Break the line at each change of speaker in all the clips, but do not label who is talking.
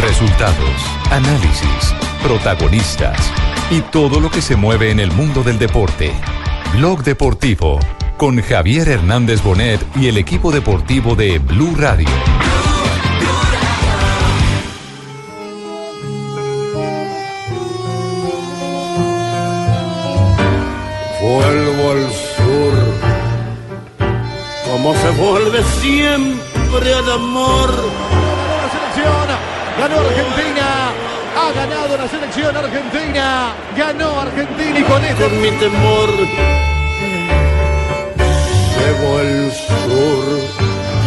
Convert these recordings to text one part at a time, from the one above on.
Resultados, análisis, protagonistas y todo lo que se mueve en el mundo del deporte. Blog Deportivo con Javier Hernández Bonet y el equipo deportivo de Blue Radio.
Vuelvo al sur, como se vuelve siempre al amor.
la selección, ganó Argentina, ha ganado la selección argentina, ganó Argentina y con esto
Con mi temor, llevo el sur.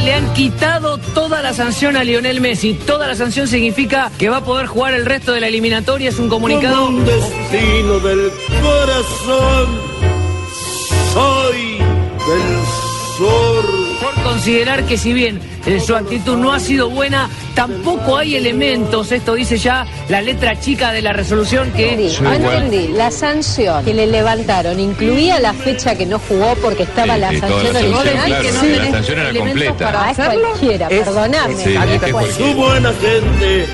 Le han quitado toda la sanción a Lionel Messi. Toda la sanción significa que va a poder jugar el resto de la eliminatoria. Es un
Como
comunicado.
un destino del corazón, soy del sur.
Por considerar que si bien eh, su actitud no ha sido buena, tampoco hay elementos, esto dice ya la letra chica de la resolución que... Ah,
Entendí, Ah, no entendí. La sanción que le levantaron incluía la fecha que no jugó porque estaba
Sí,
la
sí, toda
sanción
la sanción,
original.
claro,
que no
sí,
tenés
la sanción era
elementos
completa.
Para es Ah, pues. cualquiera, perdoname.
Sí, es que cualquiera.
Su buena gente,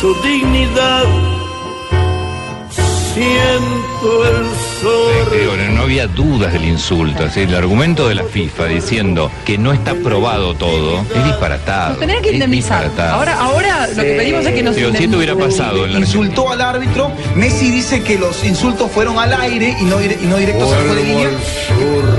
su dignidad, siento el sur.
Digo, no no había dudas del insulto. así, el argumento de la FIFA diciendo que no está probado todo es disparatado.
Nos tendrían que
es
indemnizar.
disparatado.
Ahora, ahora lo que pedimos es que nos
Digo, si esto hubiera pasado en la
Insultó al árbitro. Messi dice que los insultos fueron al aire y no, dire- y no directos al juez de
Vuelvo
línea.
al sur.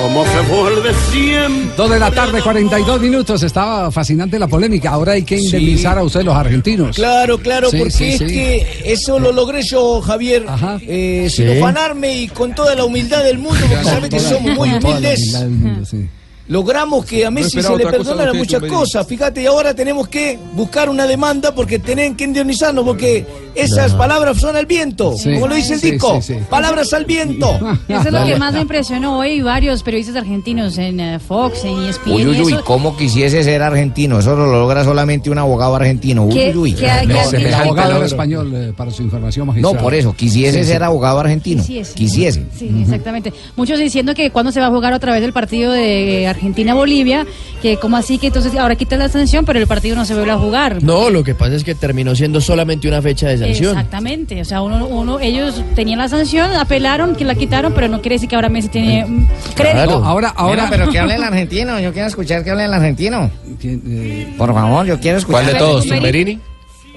Como se vuelve siempre.
Dos de la tarde, 42 minutos. Estaba fascinante la polémica. Ahora hay que indemnizar a ustedes los argentinos.
Claro, claro,
Sí,
porque
sí,
es
sí.
que eso lo logré yo, Javier,
Ajá.
eh,
Sí.
sin ufanarme y con toda la humildad del mundo, porque sabe que
Toda-
somos muy
toda la
humildes,
humildad del mundo, sí.
logramos que a Messi se le perdonaran muchas cosas, fíjate, y ahora tenemos que buscar una demanda porque tienen que indemnizarnos, porque esas palabras son al viento,
Sí.
como lo dice el
Sí,
disco,
sí, sí.
palabras al viento.
Eso es
Ah,
lo que más me impresionó hoy varios periodistas argentinos en eh, Fox, en ESPN.
Uy, uy,
y
uy,
eso,
¿cómo quisiese ser argentino? Eso lo logra solamente un abogado argentino. Uy,
¿Qué-
uy, uy.
qué- qué-
No,
qué-
El
semejante
abogado era
logro.
español, eh, para su información magistral.
No, por eso, quisiese
Sí, sí.
ser abogado argentino.
Quisiese.
Quisiese.
Sí, exactamente. Muchos diciendo que cuando se va a jugar otra vez el partido de eh, Argentina-Bolivia, que como así que entonces ahora quita la sanción, pero el partido no se vuelve a jugar.
No, lo que pasa es que terminó siendo solamente una fecha de
Exactamente, o sea, uno, uno, ellos tenían la sanción, apelaron, que la quitaron, pero no quiere decir que ahora Messi tiene mm, crédito.
No, ahora, ahora.
pero que hable el argentino, yo quiero escuchar que hable el argentino.
¿Quién, eh,
Por favor, yo quiero escuchar.
¿Cuál de todos, pues,
Tumberini?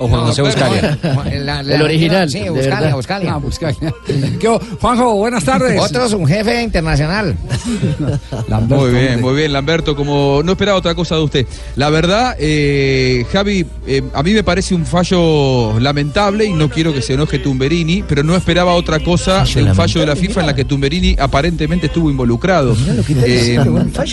O Juan José Buscalia.
eh,
el original. Sí, Buscalia,
ah,
Buscalia.
busca- ¿Qué hubo? Juanjo, buenas tardes.
Otro es un jefe internacional.
Lamberto,
Muy bien,
hombre.
muy bien, Lamberto. Como no esperaba otra cosa de usted. La verdad, eh, Javi, eh, a mí me parece un fallo lamentable y no quiero que se enoje Tumberini, pero no esperaba otra cosa de un fallo de la FIFA en la que Tumberini aparentemente estuvo involucrado. Eh,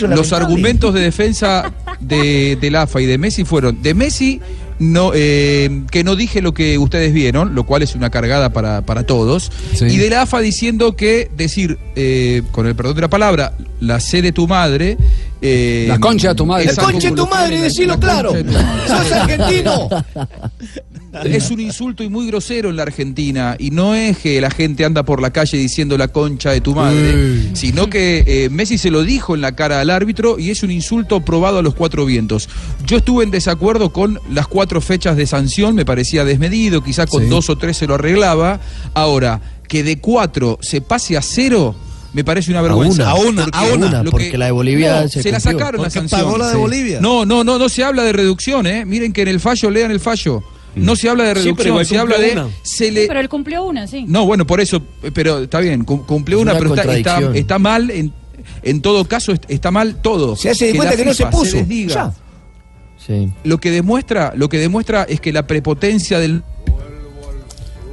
los argumentos de defensa de, de AFA y de Messi fueron de Messi. No, eh, que no dije lo que ustedes vieron, lo cual es una cargada para, para todos.
Sí.
Y de la AFA diciendo que decir, eh, con el perdón de la palabra, la sé de tu madre. eh,
La concha de tu madre.
es
La
algo
Conche tu
coloquial
madre,
en la-
decilo
la
claro.
concha de tu madre.
Sos argentino.
Es un insulto y muy grosero en la Argentina. Y no es que la gente anda por la calle diciendo la concha de tu madre, sino que eh, Messi se lo dijo en la cara al árbitro y es un insulto probado a los cuatro vientos. Yo estuve en desacuerdo con las cuatro fechas de sanción, me parecía desmedido, quizá con
Sí.
dos o tres se lo arreglaba. Ahora, que de cuatro se pase a cero. Me parece una vergüenza.
una, a una,
Porque
a una,
lo
porque la de Bolivia
No,
se
la
cumplió.
sacaron la
Porque
sanción.
pagó la de
Sí.
Bolivia.
No, no, no, no se habla de reducción, ¿eh? Miren que en el fallo, lean el fallo. No se habla de
Sí, pero
reducción,
igual
se habla
cumplió
de.
una.
Se
Sí,
le,
pero él cumplió una, sí.
no, bueno, por eso, eh, pero está bien, cum- cumplió
Es
una,
una
pero está, está-
contradicción.
está mal, en, en todo caso, est- está mal todo.
Se hace de
la
cuenta que no se
FIFA
puso.
desdiga.
Ya.
Sí.
Lo que demuestra, lo que demuestra es que la prepotencia del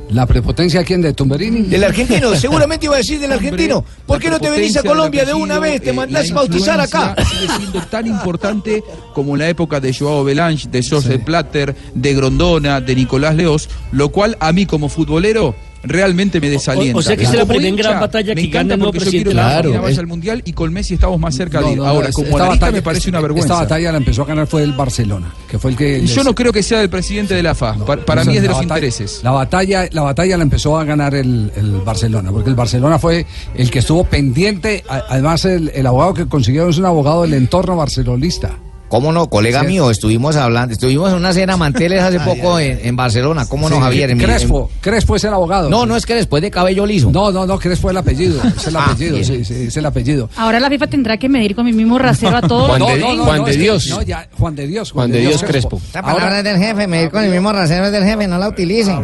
¿La prepotencia quién? ¿De Tumberini?
Del argentino, seguramente iba a decir del argentino. ¿Por qué no te venís a Colombia de una vez?
eh,
Te mandás bautizar acá.
Sigue siendo tan importante como en la época de Joao Belange, de Jorge Platter, de Grondona, de Nicolás Leos, lo cual a mí como futbolero realmente me desalienta.
O- o sea que se la
Como
prevén gran
hincha,
batalla
me
que
encanta
gane el nuevo
porque yo quiero
presidente.
que Argentina
Claro,
vaya
es-
al mundial y con Messi estamos más cerca de ir.
No, no,
Ahora,
es-
como
esta
analista
batalla-
me parece una
esta
vergüenza.
batalla la empezó a ganar fue el Barcelona, que fue el que...
Yo
les-
no creo que sea del presidente de la FA. Para, para
Esa
mí es de
la
los
batalla-
intereses.
La batalla, la batalla la empezó a ganar el, el Barcelona, porque el Barcelona fue el que estuvo pendiente. A- Además, el, el abogado que consiguieron es un abogado del entorno barcelonista.
¿Cómo no, colega
Sí.
mío? Estuvimos hablando, estuvimos en una cena manteles hace poco en, en Barcelona. ¿Cómo no,
Sí,
Javier? En mi- en-
Crespo, Crespo es el abogado.
No, no es que después de cabello liso.
No, no, no, Crespo es el apellido. Es el
Ah,
apellido,
bien.
sí, sí, es el apellido.
Ahora la FIFA tendrá que medir con mi mismo rasero a
No,
todos. los
no, no,
gringos.
no, es que- no, ya, Juan de Dios. Juan, de Dios Crespo.
Esta palabra es del jefe, me ir con el mismo rasero es del jefe, no la utilicen.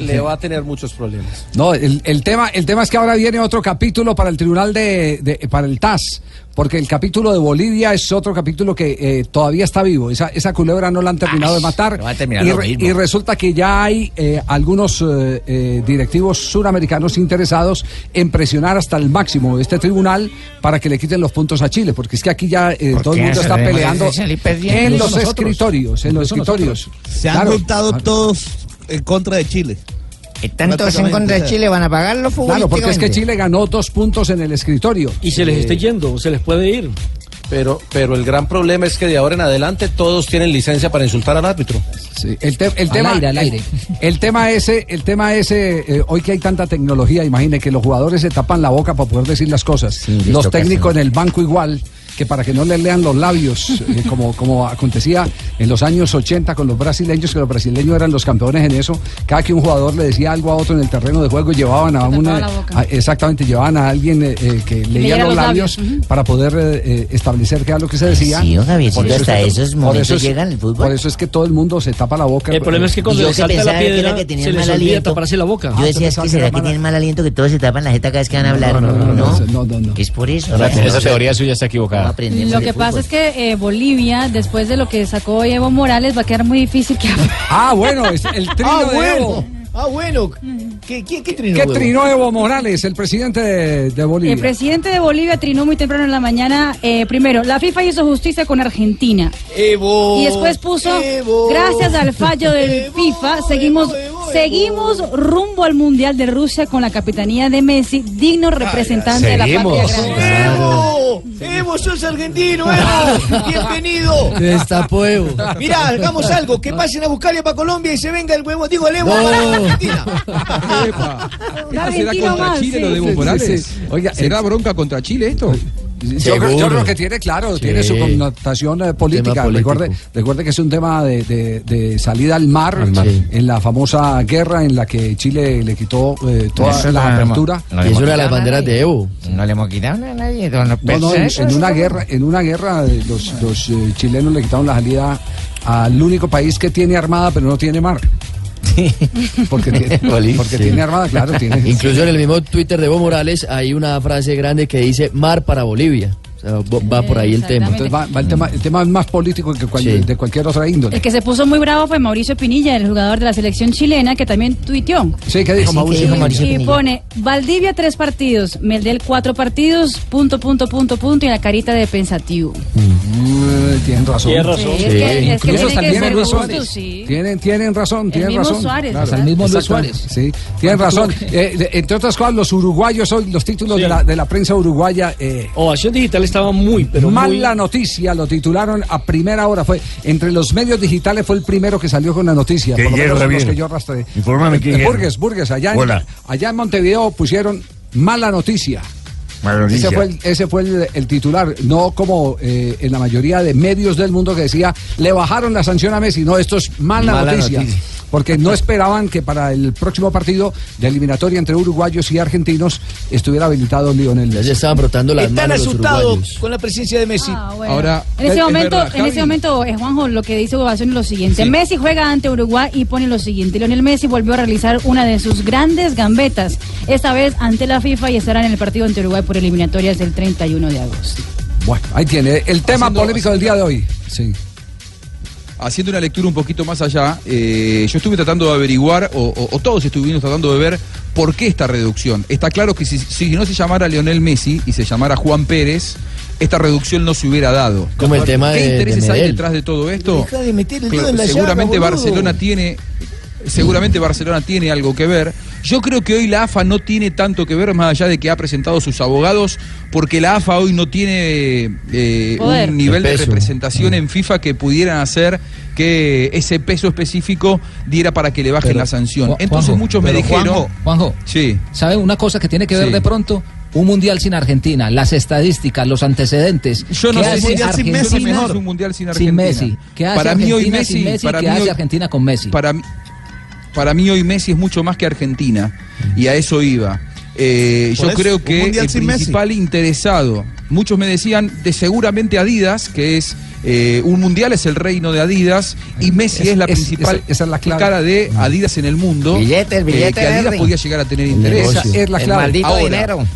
Le va a tener muchos problemas.
No, el, el tema, el tema es que ahora viene otro capítulo para el tribunal de, de- para el TAS, porque el capítulo de Bolivia es otro capítulo que eh, todavía está vivo. Esa, esa culebra no la han terminado de matar.
lo va a terminar
y,
lo
re-
mismo.
y resulta que ya hay eh, algunos eh, eh, directivos suramericanos interesados en presionar hasta el máximo este tribunal para que le quiten los puntos a Chile, porque es que aquí ya eh, todo el
qué
mundo está
hacemos?
peleando
Salir perdiendo.
en los
Incluso nosotros.
escritorios, en los
Incluso
escritorios.
Se han
Claro. Ah.
juntado todos en contra de Chile.
Están todos en contra de Chile, van a pagar los
Claro, porque es que
futbolísticamente.
Chile ganó dos puntos en el escritorio.
Y se les
Eh,
está yendo, se les puede ir. Pero, pero el gran problema es que de ahora en adelante todos tienen licencia para insultar al árbitro.
El, te- el tema, El, el tema ese, el tema ese, eh, hoy que hay tanta tecnología, imagine que los jugadores se tapan la boca para poder decir las cosas. los
listo,
técnicos en el banco igual, que para que no les lean los labios, eh, como, como acontecía en los años 80 con los brasileños, que los brasileños eran los campeones en eso. Cada que un jugador le decía algo a otro en el terreno de juego, llevaban a una,
la boca.
a- exactamente, llevaban a alguien eh, eh, que leía
leía
los
los
labios,
labios, ujú.
para poder eh, eh, establecer qué era lo que se decía.
Sí, don Javiercito,
Por eso es
hasta
que-
esos
por
momentos
eso es-
llega en el fútbol.
Por eso es que todo el mundo se tapa la boca.
El problema es eh, que cuando
Y yo
le salta
pensaba
la
que
piedra,
era que tenía
se les
mal
olvida
aliento.
taparse Ah,
la boca.
Yo decía, es que será que tienen mal aliento que todos se tapan la jeta cada vez que van a hablar. No, no, no. Es por eso.
Esa teoría suya está equivocada.
Lo que pasa es que eh, Bolivia, después de lo que sacó Evo Morales, va a quedar muy difícil que...
Ah, bueno, es el trino
Ah,
de Evo.
bueno. Ah, bueno. ¿Qué, qué, qué trino?
¿Qué
huevo?
trino Evo Morales, el presidente de, de Bolivia?
El presidente de Bolivia trinó muy temprano en la mañana. eh, primero, la FIFA hizo justicia con Argentina.
Evo.
Y después puso,
Evo.
gracias al fallo del FIFA, seguimos, seguimos rumbo al Mundial de Rusia con la capitanía de Messi, digno representante de la patria grande.
Evo, Evo, sos argentino, Evo. Bienvenido.
Destapó Evo.
Mirá, hagamos algo, que pasen a buscarle para Colombia y se venga el huevo, digo el Evo para Argentina.
¿Esto Ah, será contra Chile lo de Evo
Sí, sí,
Morales?
sí. Oiga,
¿Será
el-
bronca contra Chile esto?
Yo creo, yo creo que tiene, claro,
Sí.
tiene su connotación eh, política.
político.
Recuerde, recuerde que es un tema de, de- de salida al mar,
Al mar. Sí.
en la famosa guerra en la que Chile le quitó eh, toda
Eso
la
no hemos-
apertura.
no hemos quitado a nadie.
Evo.
No le hemos quitado nada a nadie. don
No, no, en,
Pesce.
en una guerra, en una guerra eh, los, los, eh, chilenos le quitaron la salida al único país que tiene armada pero no tiene mar. Porque tiene, porque tiene armada, claro, tiene.
Incluso en el mismo Twitter de Evo Morales hay una frase grande que dice mar para Bolivia. O sea, bo- va por ahí el tema.
Entonces va, va el tema. El tema es más político que cual- de cualquier otra índole.
El que se puso muy bravo fue Mauricio Pinilla, el jugador de la selección chilena, que también tuiteó.
Sí, ¿qué dijo
Y-
Mauricio?
y, pone Valdivia tres partidos, Meldel cuatro partidos, punto, punto, punto, punto, y la carita de pensativo.
Mm, Tienen razón.
Tiene razón. Sí, es que- es que Incluso tiene hasta el que mismo ser Luis justo, Suárez. sí.
Tienen, tienen razón, tienen
mismo
razón.
Suárez, Hasta el
mismo Luis
Exactamente,
Suárez.
Sí, tienen
¿Cuánto
razón.
tuvo
Eh, de- entre otras cosas, los uruguayos hoy, los títulos de, la, de la prensa uruguaya. Eh,
Ovación Digital estaba muy, pero muy...
Mala noticia, lo titularon a primera hora. Fue entre los medios digitales fue el primero que salió con la noticia.
¿Qué
por lo menos
hierra
los
viene?
que yo arrastré.
Infórmame qué
Eh,
hierra.
Burgues, Burgues, allá en,
Hola.
allá en Montevideo pusieron mala noticia.
Mala noticia.
Ese fue, el, ese fue el, el titular, no como eh, en la mayoría de medios del mundo que decía, le bajaron la sanción a Messi. No, esto es mala,
Mala
noticia.
noticia.
Porque no esperaban que para el próximo partido de eliminatoria entre uruguayos y argentinos estuviera habilitado Lionel Messi.
estaban brotando
Están asustados con la presencia de Messi.
Ah,
Ahora- Ah,
En ese
Es- es
momento,
verdad,
en ese
Javi.
momento eh, Juanjo, lo que dice Bobación es lo siguiente.
Sí.
Messi juega ante Uruguay y pone lo siguiente. Lionel Messi volvió a realizar una de sus grandes gambetas, esta vez ante la FIFA y estará en el partido ante Uruguay por eliminatorias del 31 de agosto.
Bueno, ahí tiene el tema polémico del día de hoy. Sí.
haciendo una lectura un poquito más allá, eh, yo estuve tratando de averiguar, o, o- o todos estuvimos tratando de ver, por qué esta reducción. Está claro que si, si no se llamara Lionel Messi y se llamara Juan Pérez, esta reducción no se hubiera dado.
Como el tema
¿Qué
de- de
intereses hay
Medel.
detrás de todo esto?
Deja de meter el dedo
Claro,
en la llaga,
seguramente
boludo.
Barcelona tiene seguramente Barcelona tiene algo que ver. Yo creo que hoy la AFA no tiene tanto que ver, más allá de que ha presentado sus abogados, porque la AFA hoy no tiene eh,
Poder.
un nivel
El
de
peso.
representación en FIFA que pudieran hacer que ese peso específico diera para que le bajen
Pero,
la sanción.
Ju-
Entonces
Juanjo,
muchos me
pero
dijeron...
Juanjo, Juanjo,
sí.
¿sabe una cosa que tiene que ver
Sí.
de pronto? Un mundial sin Argentina, las estadísticas, los antecedentes.
Yo no
¿Qué
sé
hace
si mundial sin
Argentina
Messi es mejor. un mundial sin Argentina.
Messi. ¿Qué hace
Para mí hoy
Argentina sin
Messi-
Messi?
para
¿Qué
mí
hace
hoy-
Argentina con Messi?
Para mí, para mí hoy Messi es mucho más que Argentina y a eso iba. Eh,
Por
yo
eso,
creo
un
que
mundial
el
sin Messi.
principal interesado, muchos me decían de seguramente Adidas, que es eh, un mundial es el reino de Adidas y Messi es, la
es-
principal
esa- esa es la clave.
cara de Adidas en el mundo. eh,
Billetes, billetes,
que Adidas
Henry.
podía llegar a tener interés.
negocio. Esa es la El clave. maldito
Ahora,
dinero.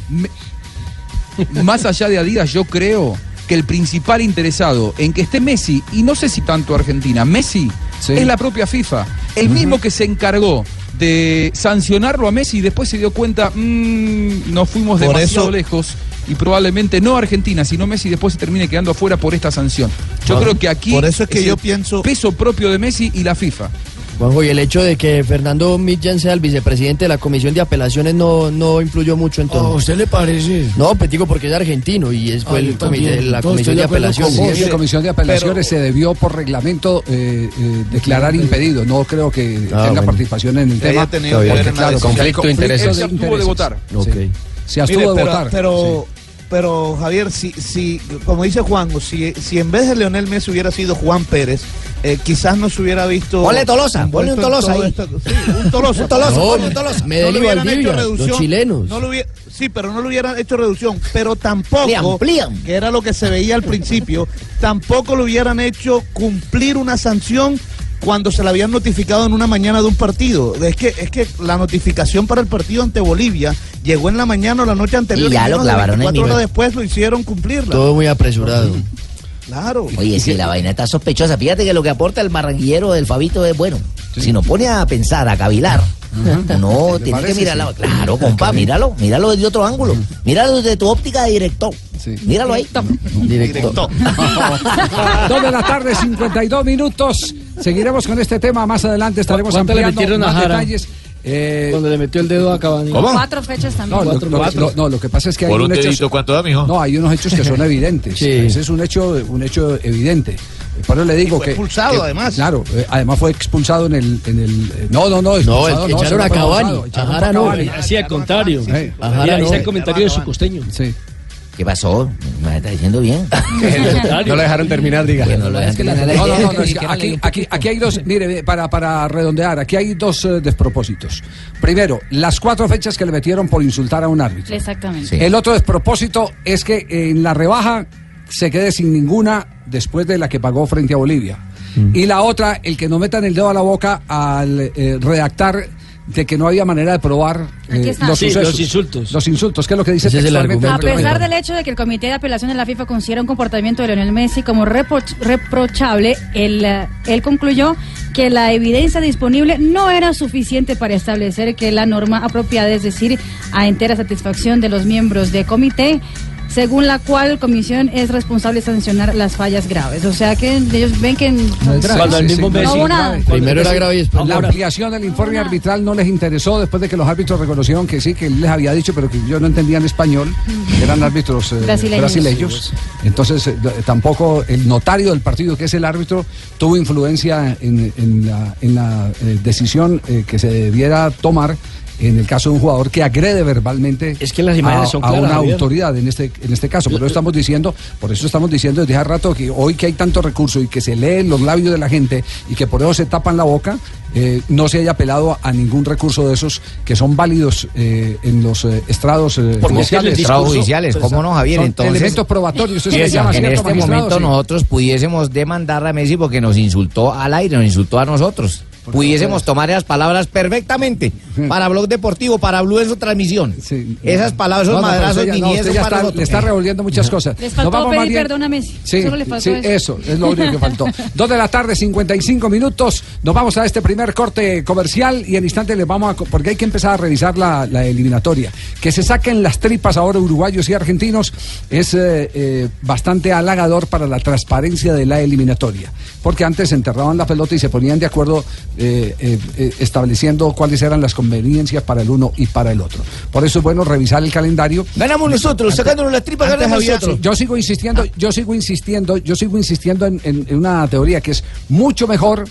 más allá de Adidas, yo creo que el principal interesado en que esté Messi, y no sé si tanto Argentina, Messi es la propia FIFA. El mismo que se encargó de sancionarlo a Messi y después se dio cuenta, "Mm, nos fuimos
Por
demasiado
eso-
lejos. Y probablemente no Argentina, sino Messi después se termine quedando afuera por esta sanción. Yo
Por-
creo que aquí
por eso es que yo
el peso propio de Messi y la FIFA.
Juanjo, y el hecho de que Fernando Mitjan sea el vicepresidente de la Comisión de Apelaciones no, no influyó mucho en todo.
¿A usted le parece?
No, pues digo porque es argentino y es fue
Ah,
el comité-
yo también.
la
Todo estoy
Comisión de
acuerdo con
Apelaciones.
vos. La comisión de apelaciones se debió por reglamento eh, eh, declarar impedido. No creo que tenga
Ah, bueno.
participación en el
Que haya
tema.
tenido que ver en la decisión. Conflicto de intereses.
de
Él se abstuvo de
intereses.
votar.
Sí.
Ok.
Se abstuvo
Mire,
de
pero,
votar.
Pero, pero, Javier, si, si, como dice Juanjo, si, si en vez de Leonel Messi hubiera sido Juan Pérez, eh, quizás no se hubiera visto.
Ponle Tolosa,
envuelto
ponle un
en
Tolosa
todo
ahí.
esto- sí, un Tolosa. pues.
Un Tolosa,
No,
ponle un Tolosa.
No
Medellín,
le hubieran
Valdivia,
hecho
los
reducción.
chilenos.
no lo hubiera- sí, pero no le hubieran hecho reducción. Pero tampoco,
Le amplían.
que era lo que se veía al principio, tampoco lo hubieran hecho cumplir una sanción cuando se la habían notificado en una mañana de un partido. Es que, es que la notificación para el partido ante Bolivia llegó en la mañana o la noche anterior.
Y ya lo
menos de
clavaron en
24 horas
minuto.
después lo hicieron cumplirla.
Todo muy apresurado.
Claro.
Oye, sí, la vaina está sospechosa. Fíjate que lo que aporta el barranquillero del Fabito es bueno. Si nos pone a pensar, a cavilar, no, tienes
¿Le
que
parece?
mirarlo.
Sí.
Claro, compa, míralo, míralo desde otro ángulo. Míralo desde tu óptica de director. Míralo ahí.
Director.
Dos de la tarde, 52 minutos. Seguiremos con este tema más adelante. Estaremos
¿Cuánto le
ampliando
metieron a
más
Jara? Eh,
detalles.
Cuando le metió el dedo a Cavani.
Cuatro fechas también.
No, lo, lo- lo- no, lo que pasa es que hay
Por un
unos hechos-
dedito, ¿cuánto da, mijo?
No, hay unos hechos que son evidentes. Ese es un hecho, un hecho evidente. Eh, Por eso le
Y
digo
fue
que.
expulsado,
que-
además.
Claro, eh, además fue expulsado en el. En el eh, no, no, no. expulsado,
el- echaron
se
a
fue
Cavani,
expulsado, echaron
a Jara
a
no,
Cavani.
así al contrario.
Sí.
A Jara no. comentario de su costeño.
Sí.
¿Qué pasó? Me está diciendo bien.
No lo dejaron
terminar, diga. no lo dejaron terminar.
No, no, no, no, es que aquí, aquí- aquí hay dos, mire, ve, para, para redondear, aquí hay dos eh, despropósitos. Primero, las cuatro fechas que le metieron por insultar a un árbitro.
Exactamente.
El otro despropósito es que en la rebaja se quede sin ninguna después de la que pagó frente a Bolivia. Y la otra, el que no metan el dedo a la boca al eh, redactar de que no había manera de probar eh,
Aquí está.
los
Sí,
sucesos.
los
insultos.
Los insultos, que es lo que dice
Ese es el
textualmente
A
el
pesar
documento.
del hecho de que el Comité de Apelación de la FIFA considera un comportamiento de Lionel Messi como repro- reprochable, él, eh, él concluyó que la evidencia disponible no era suficiente para establecer que la norma apropiada, es decir, a entera satisfacción de los miembros del comité, según la cual comisión es responsable de sancionar las fallas graves. O sea que ellos ven que...
No es grave,
Cuando el
sí,
mismo
sí,
Messi-
no es grave.
Primero
Cuando el
era
Messi-
grave y después
La
ahora.
ampliación del informe arbitral no les interesó después de que los árbitros reconocieron que sí, que él les había dicho, pero que yo no entendía en español. que Eran árbitros eh,
Brasileños.
brasileños. Entonces, eh, tampoco el notario del partido, que es el árbitro, tuvo influencia en, en la, en la, eh, decisión eh, que se debiera tomar en el caso de un jugador que agrede verbalmente
Es que las imágenes
a,
son
a
claras,
una
Javier.
autoridad en este en este caso por eso estamos diciendo por eso estamos diciendo desde hace rato que hoy que hay tanto recurso y que se leen los labios de la gente y que por eso se tapan la boca eh, no se haya apelado a ningún recurso de esos que son válidos eh, en los eh, estrados eh,
Porque es que el
judiciales
discurso- Estrados judiciales, ¿cómo no, Javier?
Son
Entonces-
elementos probatorios eso se
Piensa,
llama,
en
¿cierto,
este
magistrado?
momento
Sí.
nosotros pudiésemos demandar a Messi porque nos insultó al aire, nos insultó a nosotros. pudiésemos tomar esas palabras perfectamente para Blog Deportivo, para Blue en su transmisión. Esas palabras, esos
No, no, pero
madrazos,
usted ya- no,
niñez,
usted
son
ya
para
está-
nosotros.
le está revolviendo muchas cosas.
Les
Nos
faltó
vamos,
pedir
Mariel.
perdón a Messi.
Sí,
Solo les faltó
sí, eso. es lo único que faltó. Dos de la tarde, 55 minutos. Nos vamos a este primer corte comercial y en instante les vamos a. co- porque hay que empezar a revisar la, la eliminatoria. Que se saquen las tripas ahora uruguayos y argentinos es eh, eh, bastante halagador para la transparencia de la eliminatoria. Porque antes se enterraban la pelota y se ponían de acuerdo eh, eh, eh, estableciendo cuáles eran las conveniencias para el uno y para el otro. Por eso es bueno revisar el calendario.
Ganamos nosotros, sacándonos las tripas, ganamos nosotros.
Yo sigo insistiendo, yo sigo insistiendo, yo sigo insistiendo en, en- en una teoría que es mucho mejor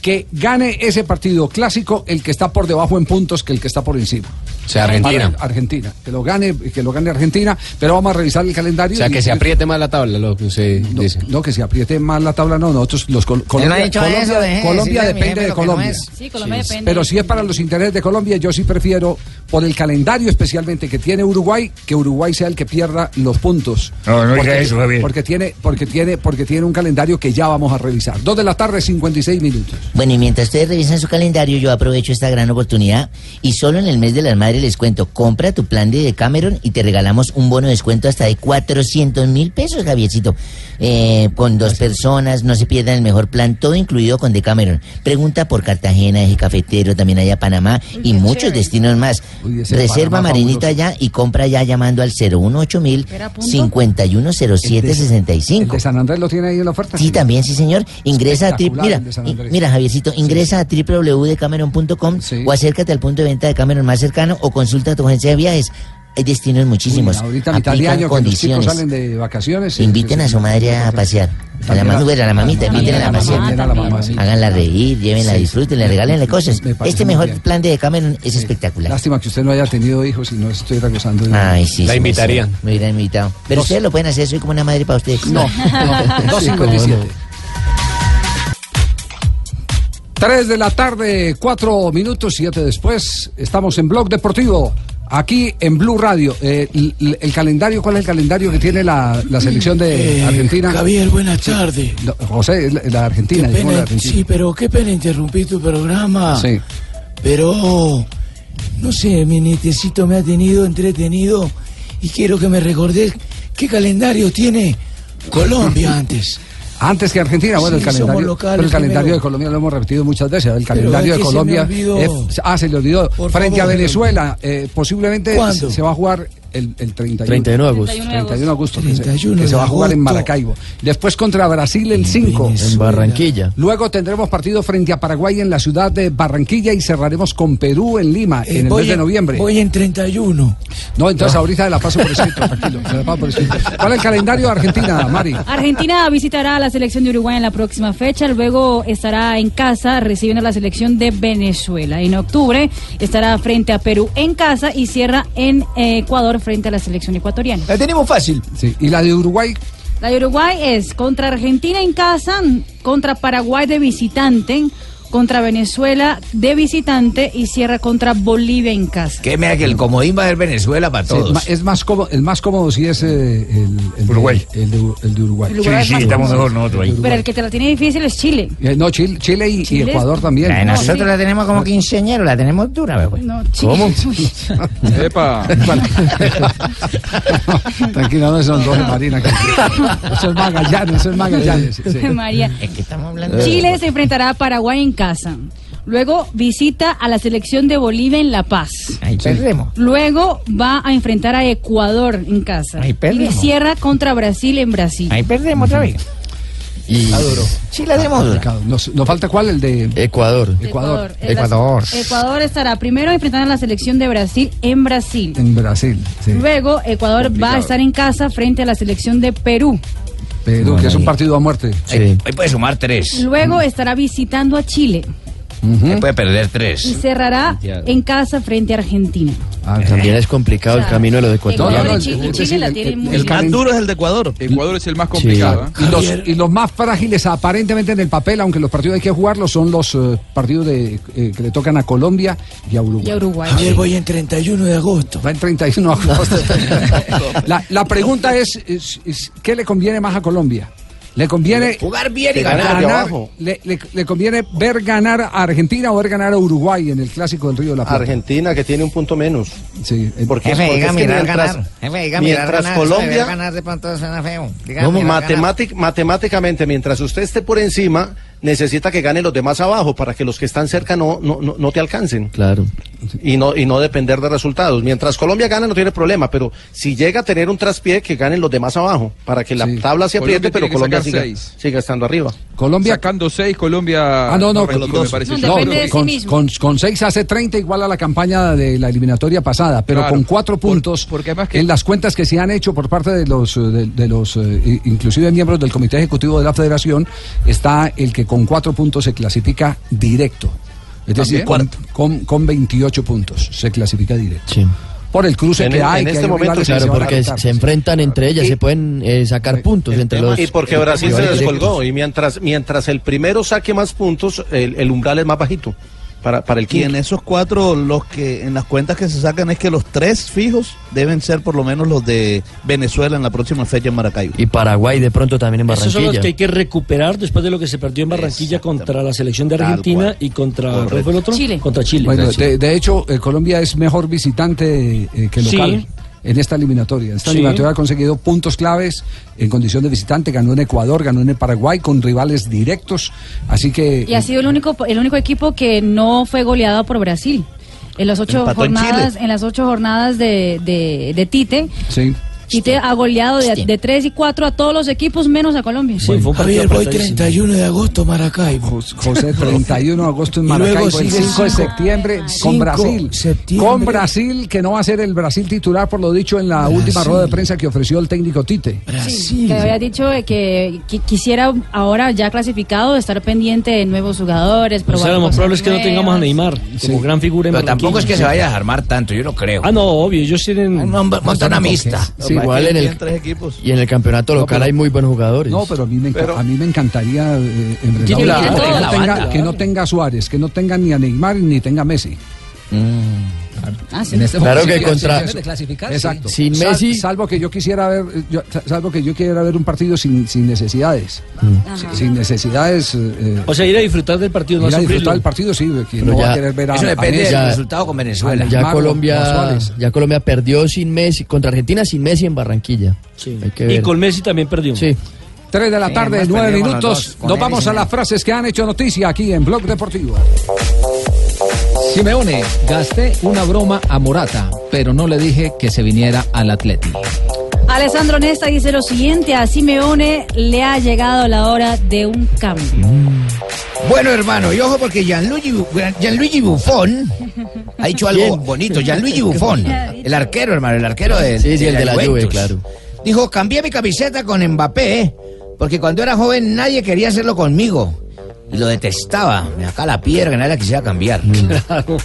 que gane ese partido clásico el que está por debajo en puntos que el que está por encima.
O sea, Argentina.
Ar- Argentina. Que lo gane, que lo gane Argentina, pero vamos a revisar el calendario.
O sea,
y-
que se apriete más la tabla, lo que se dice.
No, que se apriete más la tabla, no, nosotros los col- Colombia,
dicho
Colombia-
eso, deje de decirle a
Colombia
mi
depende
jefe lo
de
que no
Colombia.
es.
Sí, Colombia depende.
Pero si es para los intereses de Colombia, yo sí prefiero, por el calendario especialmente que tiene Uruguay, que Uruguay sea el que pierda los puntos.
No, no diga
porque,
eso, Javier.
Porque tiene, porque, tiene, porque tiene un calendario que ya vamos a revisar. Dos de la tarde, 56 minutos.
Bueno, y mientras ustedes revisan su calendario, yo aprovecho esta gran oportunidad y solo en el mes de las madres les cuento, compra tu plan de Cameron y te regalamos un bono de descuento hasta de 400 mil pesos, Javiercito. Eh, con dos personas, no se pierdan el mejor plan, todo incluido con Decameron. Pregunta por Cartagena, Eje Cafetero, también allá Panamá y muchos destinos más.
ese
Reserva
Panamá
Marinita allá y compra ya llamando al 018 mil
Espera, punto.
510765.
¿El de San Andrés lo tiene ahí en la oferta?
Sí, también, sí, señor. Ingresa a tri-
Espectacular
mira,
el de San
i-
Andrés.
mira, Javiercito, ingresa a www.decameron.com o acércate al punto de venta de Cameron más cercano o consulta a tu agencia de viajes. Hay destinos muchísimos.
Uy, ahorita mitad de
pues, Aplican
año, que los chicos
condiciones.
salen de vacaciones. eh,
Inviten a su madre a pasear. A la,
También
manu- a la mamita,
también
invítenla
a
a
la
pasear.
mamá, también a la mamá, sí.
Háganla reír, llévenla,
Sí, sí.
disfrútenla, regálenle cosas.
parece
Este
muy
mejor
bien.
plan de Decameron es espectacular.
Lástima que usted no haya tenido hijos y no estuviera gozando de
Ay, sí, sí, me- Me hubiera invitado. Pero
Dos.
ustedes lo pueden hacer, soy como una madre para ustedes.
No, no, 2.57. 3 de la tarde, 4 minutos, 7 después. Estamos en Blog Deportivo, aquí en Blue Radio. Eh, l- l- el calendario, ¿cuál es el calendario que tiene la, la selección de
Eh,
Argentina?
Javier, buenas
Sí.
tardes.
No, José, la, la Argentina,
Qué
dijimos
pena-
la Argentina.
sí, pero qué pena interrumpir tu programa.
Sí.
Pero, no sé, mi nietecito me ha tenido entretenido y quiero que me recordes qué calendario tiene Colombia antes.
Antes que Argentina, bueno,
Sí,
el
somos
calendario,
locales
pero el calendario
primero.
de Colombia lo hemos repetido muchas veces. El calendario
es
de
que se
Colombia.
me olvidó.
es- ah, se le olvidó.
Por
Frente
favor.
a Venezuela, eh, posiblemente
¿Cuándo?
se, se va a jugar el, el 31,
31 de agosto.
31 de agosto, que se-
31
que se
de
va a jugar en
agosto.
Maracaibo. Después contra Brasil el 5.
En Barranquilla.
Luego tendremos partido frente a Paraguay en la ciudad de Barranquilla y cerraremos con Perú en Lima
Eh,
en el
voy
mes de
en-
noviembre.
Voy en 31.
No,
Ah.
entonces ahorita la paso por escrito, tranquilo. se la paso por escrito. ¿Cuál es el calendario de Argentina, Mari?
Argentina visitará a la selección de Uruguay en la próxima fecha, luego estará en casa recibiendo a la selección de Venezuela. En octubre estará frente a Perú en casa y cierra en eh, Ecuador frente a la selección ecuatoriana.
La tenemos fácil.
Sí, y la de Uruguay. eh,
La de Uruguay es contra Argentina en casa, contra Paraguay de visitante, contra Venezuela de visitante y cierra contra Bolivia en casa.
Que mea que el comodín va a ser Venezuela para
Sí,
todos.
ma- es más cómodo, el más cómodo si es eh, el, el
Uruguay.
De, el, de, el de Uruguay.
El Uruguay Sí, es sí, más estamos cómodo. mejor
nosotros
Pero el que te la tiene difícil es Chile.
Eh, no, Chile, Chile y, y
Chile es-
Ecuador también.
Eh,
No,
nosotros
sí.
la tenemos como quinceañero, la tenemos dura, güey.
No, Chile.
Epa.
Tranquila, no son dos de Marina. que- Eso es Magallanes, eso es Magallanes. sí, sí.
María. Chile se enfrentará a Paraguay en casa. Luego visita a la selección de Bolivia en La Paz.
Ahí perdemos.
Luego va a enfrentar a Ecuador en casa.
Ahí
y
perdemos.
cierra contra Brasil en Brasil.
Ahí perdemos otra vez.
Está duro.
Sí, la tenemos dura.
Complicado. Nos, nos falta cuál? El de
Ecuador.
Ecuador.
Es la- Ecuador estará primero enfrentando a la selección de Brasil en Brasil.
En Brasil. sí.
Luego Ecuador va a estar en casa frente a la selección de Perú.
Perú, que es un partido a muerte.
Ahí, ahí puede sumar tres.
Luego estará visitando a Chile
Ahí puede perder
y
tres.
cerrará
Santiago.
en casa frente a Argentina.
Ah, También es complicado el camino de los ecuatorianos.
Ecuador y Chile, y Chile la tienen muy
el
bien.
más duro
es el de Ecuador.
Ecuador es el más
¿eh?
complicado,
¿eh?
Y los, y los más frágiles aparentemente en el papel, aunque los partidos hay que jugarlos, son los eh, partidos de, eh, que le tocan a Colombia y a Uruguay.
Y a Uruguay.
Javier, voy en 31 de agosto.
Va en 31 de agosto. la, la pregunta es, es- es, ¿qué le conviene más a Colombia? Le conviene
Jugar bien y
le
ganar.
ganar-
De abajo.
le, le- le conviene ver ganar a Argentina o ver ganar a Uruguay en el clásico del Río de la Plata.
Argentina que tiene un punto menos.
Sí,
porque,
Jefe,
porque
diga
es que
mirar
mientras,
ganar.
Jefe, diga, mirar
mientras
ganar,
Colombia
mirar ganar de pronto suena feo. Diga,
No,
mirar ganar.
matemátic- matemáticamente, mientras usted esté por encima, necesita que ganen los demás abajo para que los que están cerca no, no, no, no te alcancen.
Claro.
Y no, y no depender de resultados. Mientras Colombia gana no tiene problema, pero si llega a tener un traspié, que ganen los demás abajo, para que la tabla se
Colombia
apriete,
tiene
pero Colombia
que sacar
siga,
seis.
siga estando arriba.
Colombia
sacando seis, Colombia.
Ah, no, no,
con
con,
los dos, me parece.
no, con- con- con seis hace 30 igual a la campaña de la eliminatoria pasada, pero
Claro,
con cuatro puntos en las cuentas que se han hecho por parte de los, eh, de, de los eh, i- inclusive miembros del Comité Ejecutivo de la Federación, está el que con cuatro puntos se clasifica directo. Es decir, con,
¿También?
con, con 28 puntos se clasifica directo. Por el cruce
En
que
el-
hay.
en
que
este
hay
momento,
rivales que
claro,
se van a
porque
enfrentar.
se enfrentan entre ellas, se pueden eh, sacar puntos entre los.
Y porque
los
Brasil se
rivales
descolgó, y mientras, mientras el primero saque más puntos, el, el umbral es más bajito para, para el
Y en
quinto.
esos cuatro, los que en las cuentas que se sacan es que los tres fijos deben ser por lo menos los de Venezuela en la próxima fecha en Maracaibo.
Y Paraguay de pronto también en
Esos
Esos son los que hay
Barranquilla.
que recuperar después de lo que se perdió en Barranquilla contra la selección de
Tal
Argentina y contra ¿cuál fue el otro? Contra Chile.
Bueno,
Contra
de,
Chile.
de hecho, eh, Colombia es mejor visitante eh, que
Sí.
local. En esta eliminatoria. En esta
Sí.
eliminatoria ha conseguido puntos claves en condición de visitante. Ganó en Ecuador, ganó en el Paraguay con rivales directos. Así que.
Y ha sido el único, el único equipo que no fue goleado por Brasil. En las ocho
Empató en
jornadas, en,
Chile.
las ocho jornadas de, de, de Tite,
Sí.
Tite ha goleado de, de tres y cuatro a todos los equipos menos a Colombia.
Javier, voy 31
de agosto Maracaibo. José, 31 de agosto en
Y luego
Maracaibo. El
sigue
5
cinco-
de septiembre con
cinco
Brasil.
septiembre.
Con Brasil, que no va a ser el Brasil titular, por lo dicho en la última rueda de prensa que ofreció el técnico Tite.
Que había dicho de que, qui- quisiera ahora ya clasificado estar pendiente de nuevos jugadores.
O sea,
probar
lo más
cosas
probable es que no tengamos a
nuevas.
Neymar como gran figura en
Pero tampoco es
Barranquilla.
que se vaya a desarmar tanto, yo no creo.
Ah, no, obvio, ellos tienen.
montan una mista.
Sí, igual en el, y en el campeonato local hay muy buenos jugadores.
No, pero a mí me, enca- a mí me encantaría eh, enfrentar
Tiene
un
la-
equipo que,
tiene
no
la
tenga,
banda.
que no tenga a Suárez, que no tenga ni a Neymar ni tenga a Messi.
Mm.
Ah, sí.
En este
Claro
momento
que
sí,
contra-
sí, sí, sí.
clasificar,
Exacto.
sí. Sin Messi-
Sal- salvo que yo quisiera ver, eh, yo- salvo que yo quisiera ver un partido sin, sin necesidades,
Mm.
Sin- sin necesidades. eh,
O sea, ir a disfrutar del partido, no
ir a
sufrirlo.
disfrutar el partido, sí, que no va a querer ver a, a Messi, a- a Neymar o-
Ya
o a
Colombia,
Suárez.
ya Colombia perdió sin Messi, contra Argentina sin Messi en Barranquilla. Hay que
Y
ver.
con Messi también perdió.
Sí.
3 de la
Sí,
tarde,
además
9
perdieron los
minutos.
dos, con
Nos
él y
vamos
sin
a las frases que han hecho noticia aquí en Blog Deportivo.
Simeone, gasté una broma a Morata, pero no le dije que se viniera al Atlético.
Alessandro Nesta dice lo siguiente, a Simeone le ha llegado la hora de un cambio.
Bueno, hermano, y ojo porque Gianluigi, Bu- Gianluigi Buffon ha dicho algo
¿Quién?
bonito. Gianluigi Buffon, el arquero, hermano, el arquero de,
Sí, sí, el de la Juve,
Juventus.
claro.
Dijo, cambié mi camiseta con Mbappé, porque cuando era joven nadie quería hacerlo conmigo. Y lo detestaba. Me acá la piedra que nadie la quisiera cambiar.
Claro.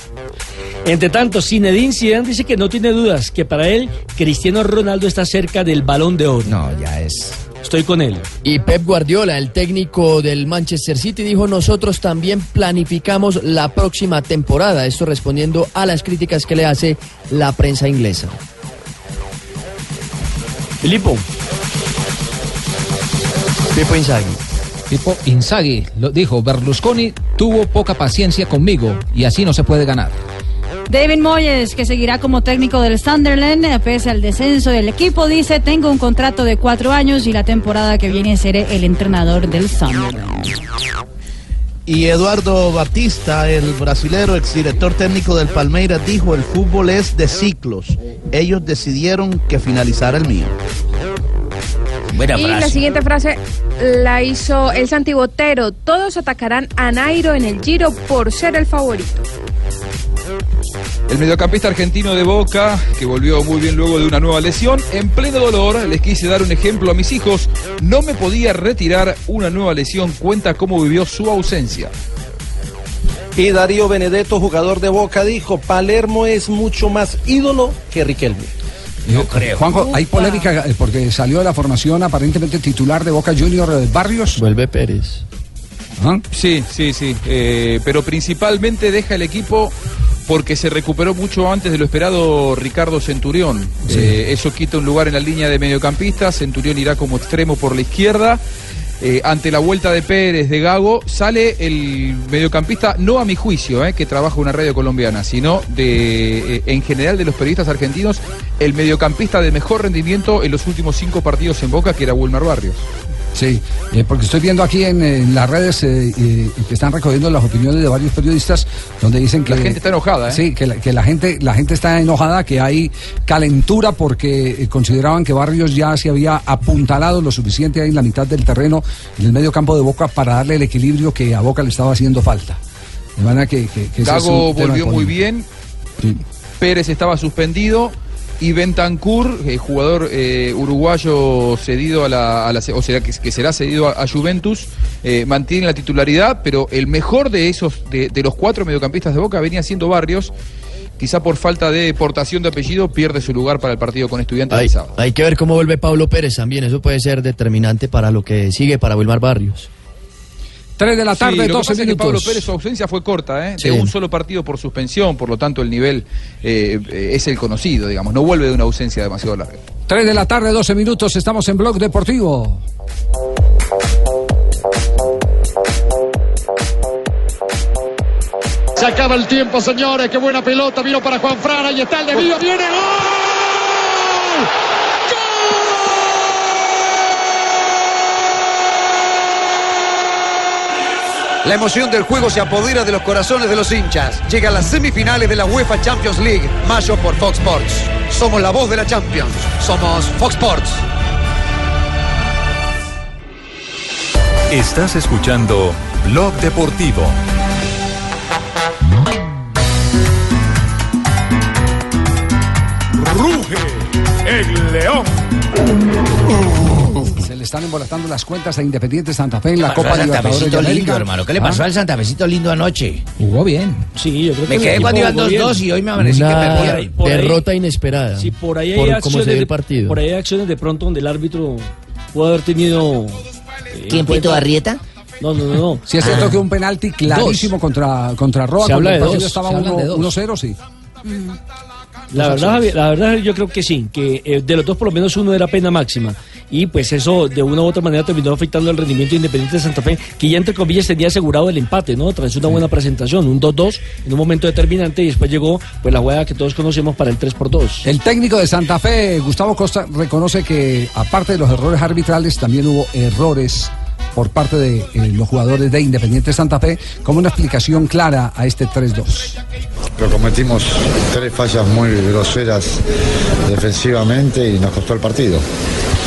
Entre tanto, Zinedine Zidane dice que no tiene dudas que para él Cristiano Ronaldo está cerca del Balón de Oro.
No, ya es.
Estoy con él.
Y Pep Guardiola, el técnico del Manchester City, dijo, nosotros también planificamos la próxima temporada. Esto respondiendo a las críticas que le hace la prensa inglesa.
Filipo.
Pipo Inzaghi.
Tipo Inzaghi lo dijo, Berlusconi tuvo poca paciencia conmigo y así no se puede ganar.
David Moyes, que seguirá como técnico del Sunderland, eh, pese al descenso del equipo, dice, tengo un contrato de cuatro años y la temporada que viene seré el entrenador del Sunderland.
Y Eduardo Batista, el brasilero exdirector técnico del Palmeiras, dijo, el fútbol es de ciclos. Ellos decidieron que finalizara el mío.
Buena
Y la siguiente frase la hizo el Santibotero. Todos atacarán a Nairo en el Giro por ser el favorito.
El mediocampista argentino de Boca, que volvió muy bien luego de una nueva lesión, en pleno dolor, les quise dar un ejemplo a mis hijos, no me podía retirar, una nueva lesión cuenta cómo vivió su ausencia.
Y Darío Benedetto, jugador de Boca, dijo, Palermo es mucho más ídolo que Riquelme.
No creo. Juanjo, hay
Upa.
polémica eh, porque salió de la formación aparentemente titular de Boca Junior eh, Barrios.
Vuelve Pérez.
Sí, sí, sí, eh, pero principalmente deja el equipo porque se recuperó mucho antes de lo esperado Ricardo Centurión. Eh, eso quita un lugar en la línea de mediocampista, Centurión irá como extremo por la izquierda. eh, ante la vuelta de Pérez, de Gago, sale el mediocampista, no a mi juicio, eh, que trabaja una radio colombiana, sino de, eh, en general de los periodistas argentinos, el mediocampista de mejor rendimiento en los últimos cinco partidos en Boca, que era Wilmar Barrios.
Sí, eh, porque estoy viendo aquí en, en las redes eh, eh, que están recogiendo las opiniones de varios periodistas donde dicen que
La gente está enojada, ¿eh?
Sí, que la, que la gente la gente está enojada, que hay calentura porque eh, consideraban que Barrios ya se había apuntalado lo suficiente ahí en la mitad del terreno en el medio campo de Boca para darle el equilibrio que a Boca le estaba haciendo falta. De manera que, que- que ese es
Gago
un tema
volvió muy
polémico.
bien,
Sí.
Pérez estaba suspendido y Bentancur, eh, jugador eh, uruguayo cedido a la, a la- o será que, que será cedido a, a Juventus, eh, mantiene la titularidad, pero el mejor de esos de, de los cuatro mediocampistas de Boca venía siendo Barrios. Quizá por falta de portación de apellido pierde su lugar para el partido con Estudiantes
Hay,
del sábado.
hay que ver cómo vuelve Pablo Pérez también. Eso puede ser determinante para lo que sigue para Wilmar Barrios.
3 de la tarde,
Sí, lo que
12
pasa es que
minutos.
Pablo Pérez, su ausencia fue corta, ¿eh?
Sí.
de un solo partido por suspensión, por lo tanto el nivel eh, eh, es el conocido, digamos, no vuelve de una ausencia demasiado larga.
3 de la tarde, 12 minutos, estamos en Blog Deportivo.
Se acaba el tiempo, señores. Qué buena pelota. Vino para Juan Fran. Ahí está el desvío. Viene gol.
La emoción del juego se apodera de los corazones de los hinchas. Llega a las semifinales de la UEFA Champions League, mayo por Fox Sports. Somos la voz de la Champions. Somos Fox Sports.
Estás escuchando Blog Deportivo.
Ruge el león. Uh. Se le están embolatando las cuentas a Independiente Santa Fe en la
Pasó
Copa
al
Libertadores de
Santafecito lindo,
América.
hermano. ¿Qué le pasó
¿Ah?
al Santafecito lindo anoche?
Jugó bien.
Sí, yo creo
Me
que
quedé
el
cuando
equipo
iban
jugó
2-2
bien.
y hoy me amanecí que
Una
perdieron.
por ahí- derrota inesperada.
Sí, por ahí hay
Por cómo
acciones
se dio el
de,
partido.
Por ahí hay acciones de pronto donde el árbitro puede haber tenido. eh,
¿Quién
en
pitó,
cuenta-
Arrieta?
No, no, no. no. Ah.
Si es cierto que un penalti clarísimo contra, contra Roa,
Se habla
cuando el
de
partido
dos,
estaba
se hablan
uno-
de dos.
1-0, sí.
La verdad,
Dos acciones.
Javier, la verdad yo creo que sí, que eh, de los dos por lo menos uno era pena máxima. Y pues eso de una u otra manera terminó afectando el rendimiento de independiente de Santa Fe, que ya entre comillas tenía asegurado el empate, ¿no? Tras una buena presentación, un 2-2 en un momento determinante y después llegó pues la jugada que todos conocemos para el 3 por 2
El técnico de Santa Fe, Gustavo Costa, reconoce que aparte de los errores arbitrales, también hubo errores por parte de eh, los jugadores de Independiente Santa Fe, como una explicación clara a este 3-2.
Pero cometimos tres fallas muy groseras defensivamente y nos costó el partido.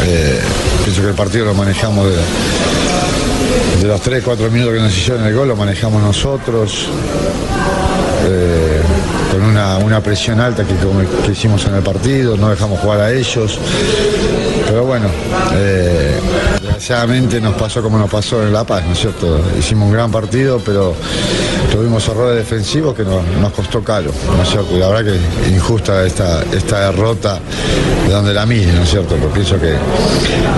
Eh, pienso que el partido lo manejamos de, de los 3, 4 minutos que nos hicieron el gol, lo manejamos nosotros. eh, con una, una presión alta que, como- que hicimos en el partido, no dejamos jugar a ellos. Pero bueno, eh, desgraciadamente nos pasó como nos pasó en La Paz, ¿no es cierto? Hicimos un gran partido, pero tuvimos errores defensivos que nos, nos costó caro, ¿no es cierto? Y la verdad que injusta esta, esta derrota de donde la mire, ¿no es cierto? Porque pienso que,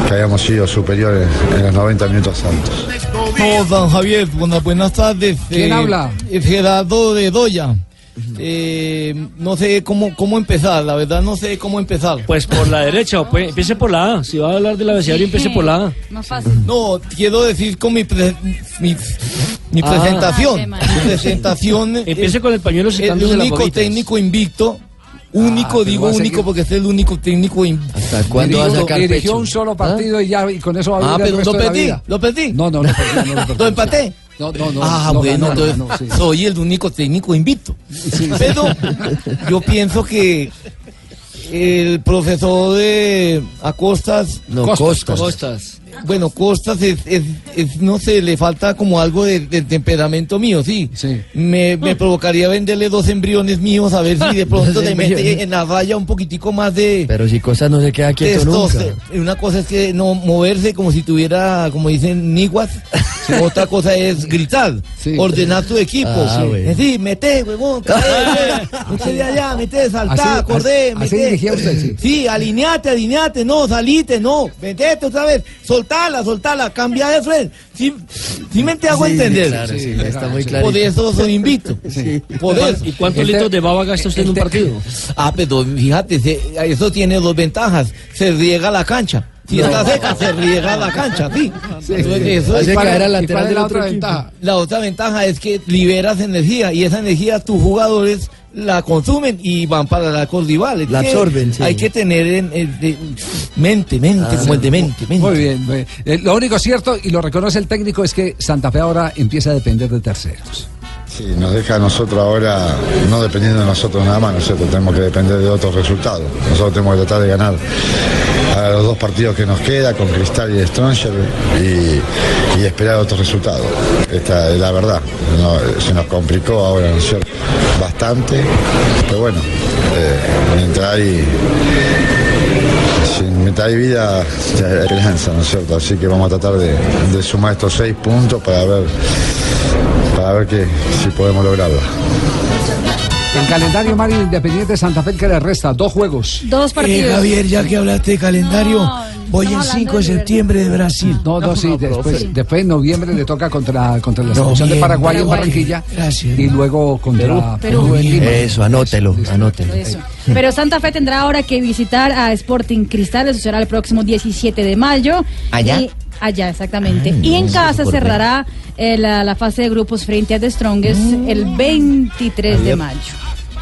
que habíamos sido superiores en los 90 minutos antes.
No, don Javier, buenas, buenas tardes.
¿Quién habla?
eh, Gerardo de Doya. Eh, no sé cómo, cómo empezar, la verdad no sé cómo empezar.
Pues por la derecha, o pues, empiece por la A. Si va a hablar del abecedario, empiece por la A.
Más fácil.
No, quiero decir con mi, pre- mi, mi
Ah.
presentación.
Ah,
Mi presentación.
Empiece con el pañuelo
El
secándose las
único
bobitas.
técnico invicto. Único,
pero
digo
va a
único
seguir-
porque es el único técnico invicto. ¿Hasta
Dirigió- Dirigió un solo partido y ya y con eso va a
Ah,
vivir el
pero
resto
lo
de la
perdí,
vida.
lo perdí.
No, no, lo perdí, no lo perdí.
¿Lo empaté?
No, no, no.
Ah,
no
bueno,
ganó,
entonces
ganó, sí.
soy el único técnico invicto. Pero yo pienso que el profesor de Acostas.
No, Costas. Costas.
Bueno, Costas es, es- es, no sé, le falta como algo de, de temperamento mío, sí. Me, me provocaría venderle dos embriones míos a ver si de pronto
Dos
le
embriones.
mete en la raya un poquitico más de.
Pero si Costas no se queda quieto nunca.
Testoster- Una cosa es que no moverse como si tuviera, como dicen, niguas. Otra cosa es gritar, ordenar tu equipo.
Ah,
Sí.
bueno.
Es decir, mete, huevón, cae, mete de allá, mete, saltá,
Así-
acordé,
así
mete.
dirigía usted, sí.
alineate, alineate, no, salite, no, metete otra vez, soltala, soltala, cambia de frente. Sí, sí me te hago
Sí,
entender.
claro, sí, está muy
Por
clarito.
eso soy invito. Por eso. Este-
¿Y cuántos litros de baba gasta usted en un partido?
pues, Ah, pero fíjate, se- eso tiene dos ventajas. Se riega la cancha. Si está seca, se riega la cancha, sí.
Sí.
Entonces, eso es
Hace
para-
caer al
¿y
lateral
cuál es
del
la
otro
otra
equipo?
ventaja? La otra ventaja es que liberas energía y esa energía tus jugadores la consumen y van para la rival. Es
La
que
absorben, sí.
Hay que tener en, en- de- mente, mente,
Ah,
como el
sí.
demente. mente.
Muy bien. muy bien. Eh, lo único cierto, y lo reconoce el técnico, es que Santa Fe ahora empieza a depender de terceros.
Sí, nos deja a nosotros ahora, no dependiendo de nosotros nada más, nosotros tenemos que depender de otros resultados. Nosotros tenemos que tratar de ganar a los dos partidos que nos queda con Cristal y Stronger y, y esperar otros resultados. Esta es la verdad. No, se nos complicó ahora, ¿no es cierto? Bastante, pero bueno, eh, mientras hay. sí, mientras hay vida, hay esperanza, ¿no es cierto? Así que vamos a tratar de, de sumar estos seis puntos para ver para ver que, si podemos lograrla.
El calendario Mario Independiente Santa Fe que le resta dos juegos.
Dos partidos.
Eh, Javier, ya que hablaste de calendario, voy el 5 de septiembre de Brasil.
No, no, sí, después, después en noviembre le toca contra, contra la selección de
bien,
Paraguay,
Paraguay.
en Barranquilla y luego contra
Perú.
Perú en Lima.
Eso, anótelo, anótelo.
Eso. Pero Santa Fe tendrá ahora que visitar a Sporting Cristal, eso será el próximo 17 de mayo.
¿Allá?
Y- allá, exactamente. y en casa
por
cerrará eh, la, la fase de grupos frente a The Strongest
Mm.
el 23 de
Javier.
mayo.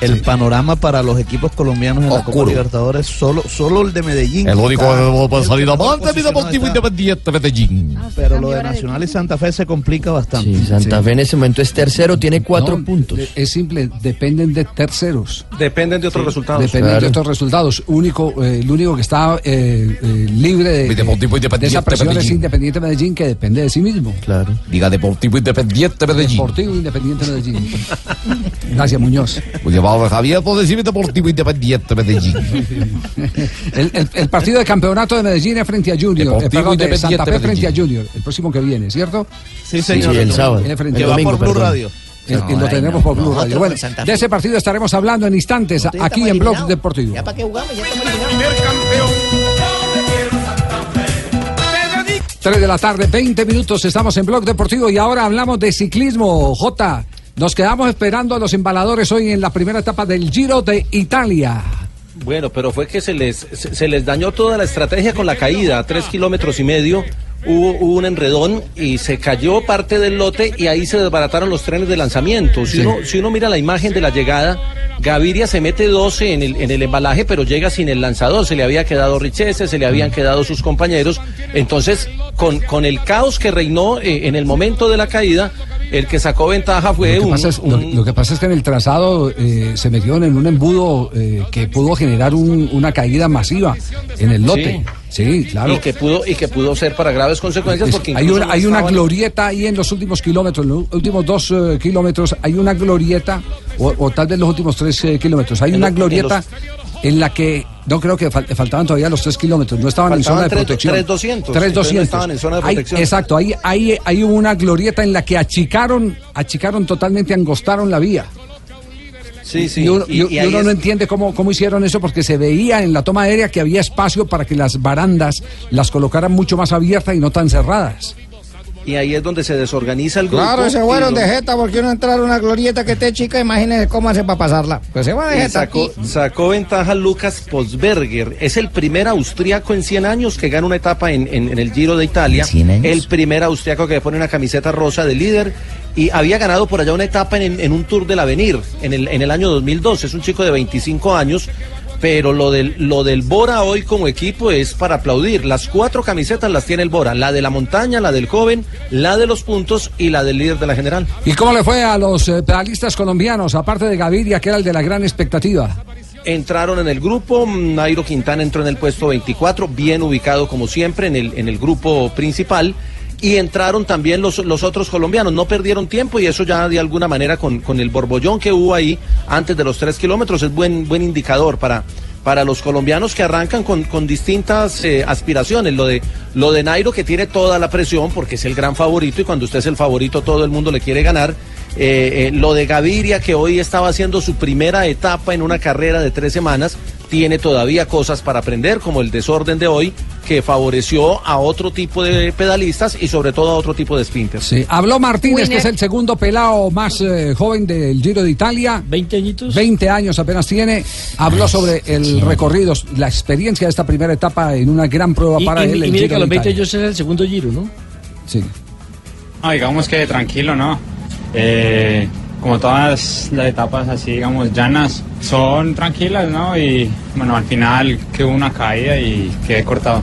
El panorama para los equipos colombianos en la Copa Libertadores, solo, solo el de Medellín.
El único
está-
que puede
el
salir
que mejor
avante, mi
posicionado
Deportivo
está.
Independiente Medellín.
Pero lo de Nacional y Santa Fe se complica bastante.
Sí, Santa Fe en ese momento es tercero, tiene cuatro
No,
puntos.
de- Es simple, dependen de terceros.
Dependen de otros resultados.
Dependen de estos resultados. Único, eh, el único que está eh, eh, libre de,
Deportivo
de esa
Independiente
presión es
Medellín.
Independiente Medellín, que depende de sí mismo.
Claro. Diga Deportivo Independiente Medellín.
Deportivo Independiente Medellín. Gracias, Muñoz.
Muy llamado Javier, por decirme Deportivo Independiente Medellín.
El, el- el partido de campeonato de Medellín es frente a Junior. eh,
Deportivo
perdón, de
Independiente
Santa Fe frente a
Medellín.
Junior. El próximo que viene, ¿cierto?
Sí, señor. Sí, el sábado.
Eh, frente
El
a-
domingo, perdón.
Eh,
No,
eh, lo
ay,
tenemos
no,
por Blue
no,
Radio.
otro
Bueno,
con Santa
de ese partido estaremos hablando en instantes aquí en Blog Deportivo.
¿Para qué jugamos? Ya estamos
Tres de la tarde, 20 minutos, estamos en Blog Deportivo y ahora hablamos de ciclismo. J, nos quedamos esperando a los embaladores hoy en la primera etapa del Giro de Italia.
Bueno, pero fue que se les, se se les dañó toda la estrategia con la caída, a tres kilómetros y medio. Hubo, hubo un enredón y se cayó parte del lote y ahí se desbarataron los trenes de lanzamiento. Si, uno, si uno mira la imagen de la llegada, Gaviria se mete 12 en el, en el embalaje, pero llega sin el lanzador. Se le había quedado Richese, se le habían quedado sus compañeros. Entonces, con, con el caos que reinó eh, en el momento de la caída, el que sacó ventaja
Lo
fue
que,
un,
pasa es, lo- lo que pasa es que en el trazado eh, se metieron en un embudo eh, que pudo generar un- una caída masiva en el lote. Sí, claro.
y que pudo y que pudo ser para graves consecuencias
Es-
porque
hay
incluso
una,
no
hay una
estaban-
glorieta ahí en los últimos kilómetros, en los últimos dos eh, kilómetros, hay una glorieta, o, o tal vez los últimos tres eh, kilómetros, hay
En
una
lo- en
glorieta en la que no creo que fal- faltaban todavía los tres kilómetros, no estaban en
Faltaban
zona de
tres-
protección.
tres doscientos,
Tres
entonces no
doscientos.
estaban en zona de
Hay-
protección.
exacto, ahí hay, hay una glorieta en la que achicaron, achicaron totalmente, angostaron la vía.
Sí, sí,
Y uno,
y-
y-
y
y
ahí
uno
es-
no entiende cómo, cómo hicieron eso porque se veía en la toma aérea que había espacio para que las barandas las colocaran mucho más abiertas y no tan cerradas.
y ahí es donde se desorganiza el grupo
Claro, se
y
fueron
lo-
de jeta porque uno entrar a una glorieta que esté chica, imagínense cómo hace para pasarla. Pues se va de
y
jeta.
Eh, sacó, sacó ventaja Lucas Posberger. Es el primer austriaco en 100 años que gana una etapa en, en- en el Giro de Italia. El primer austriaco que pone una camiseta rosa de líder. Y había ganado por allá una etapa en, en un Tour del Avenir en el, en el año 2012. Es un chico de 25 años. Pero lo del, lo del Bora hoy como equipo es para aplaudir. Las cuatro camisetas las tiene el Bora. La de la montaña, la del joven, la de los puntos y la del líder de la general.
¿Y cómo le fue a los eh, pedalistas colombianos, aparte de Gaviria, que era el de la gran expectativa?
Entraron en el grupo, Nairo Quintana entró en el puesto 24, bien ubicado como siempre en el, en el grupo principal. Y entraron también los, los otros colombianos, no perdieron tiempo y eso ya de alguna manera con, con el borbollón que hubo ahí antes de los tres kilómetros es buen, buen indicador para, para los colombianos que arrancan con, con distintas eh, aspiraciones. Lo de, lo de Nairo que tiene toda la presión porque es el gran favorito y cuando usted es el favorito todo el mundo le quiere ganar. Eh, eh, lo de Gaviria que hoy estaba haciendo su primera etapa en una carrera de tres semanas tiene todavía cosas para aprender como el desorden de hoy que favoreció a otro tipo de pedalistas y sobre todo a otro tipo de sprinters.
Sí. Habló Martínez, que es el segundo pelado más eh, joven del Giro de Italia.
20 añitos.
20 años apenas tiene. Habló sobre el recorrido, la experiencia de esta primera etapa en una gran prueba
Y,
para
y-
Ah, él.
y
el
mire
Giro
que a
de
los 20
Italia.
ellos es el segundo giro, ¿no?
Sí.
No, Ah, digamos que tranquilo, ¿no? Eh, como todas las etapas así, digamos, llanas, son tranquilas, ¿no? Y bueno, al final que hubo una caída y quedé cortado.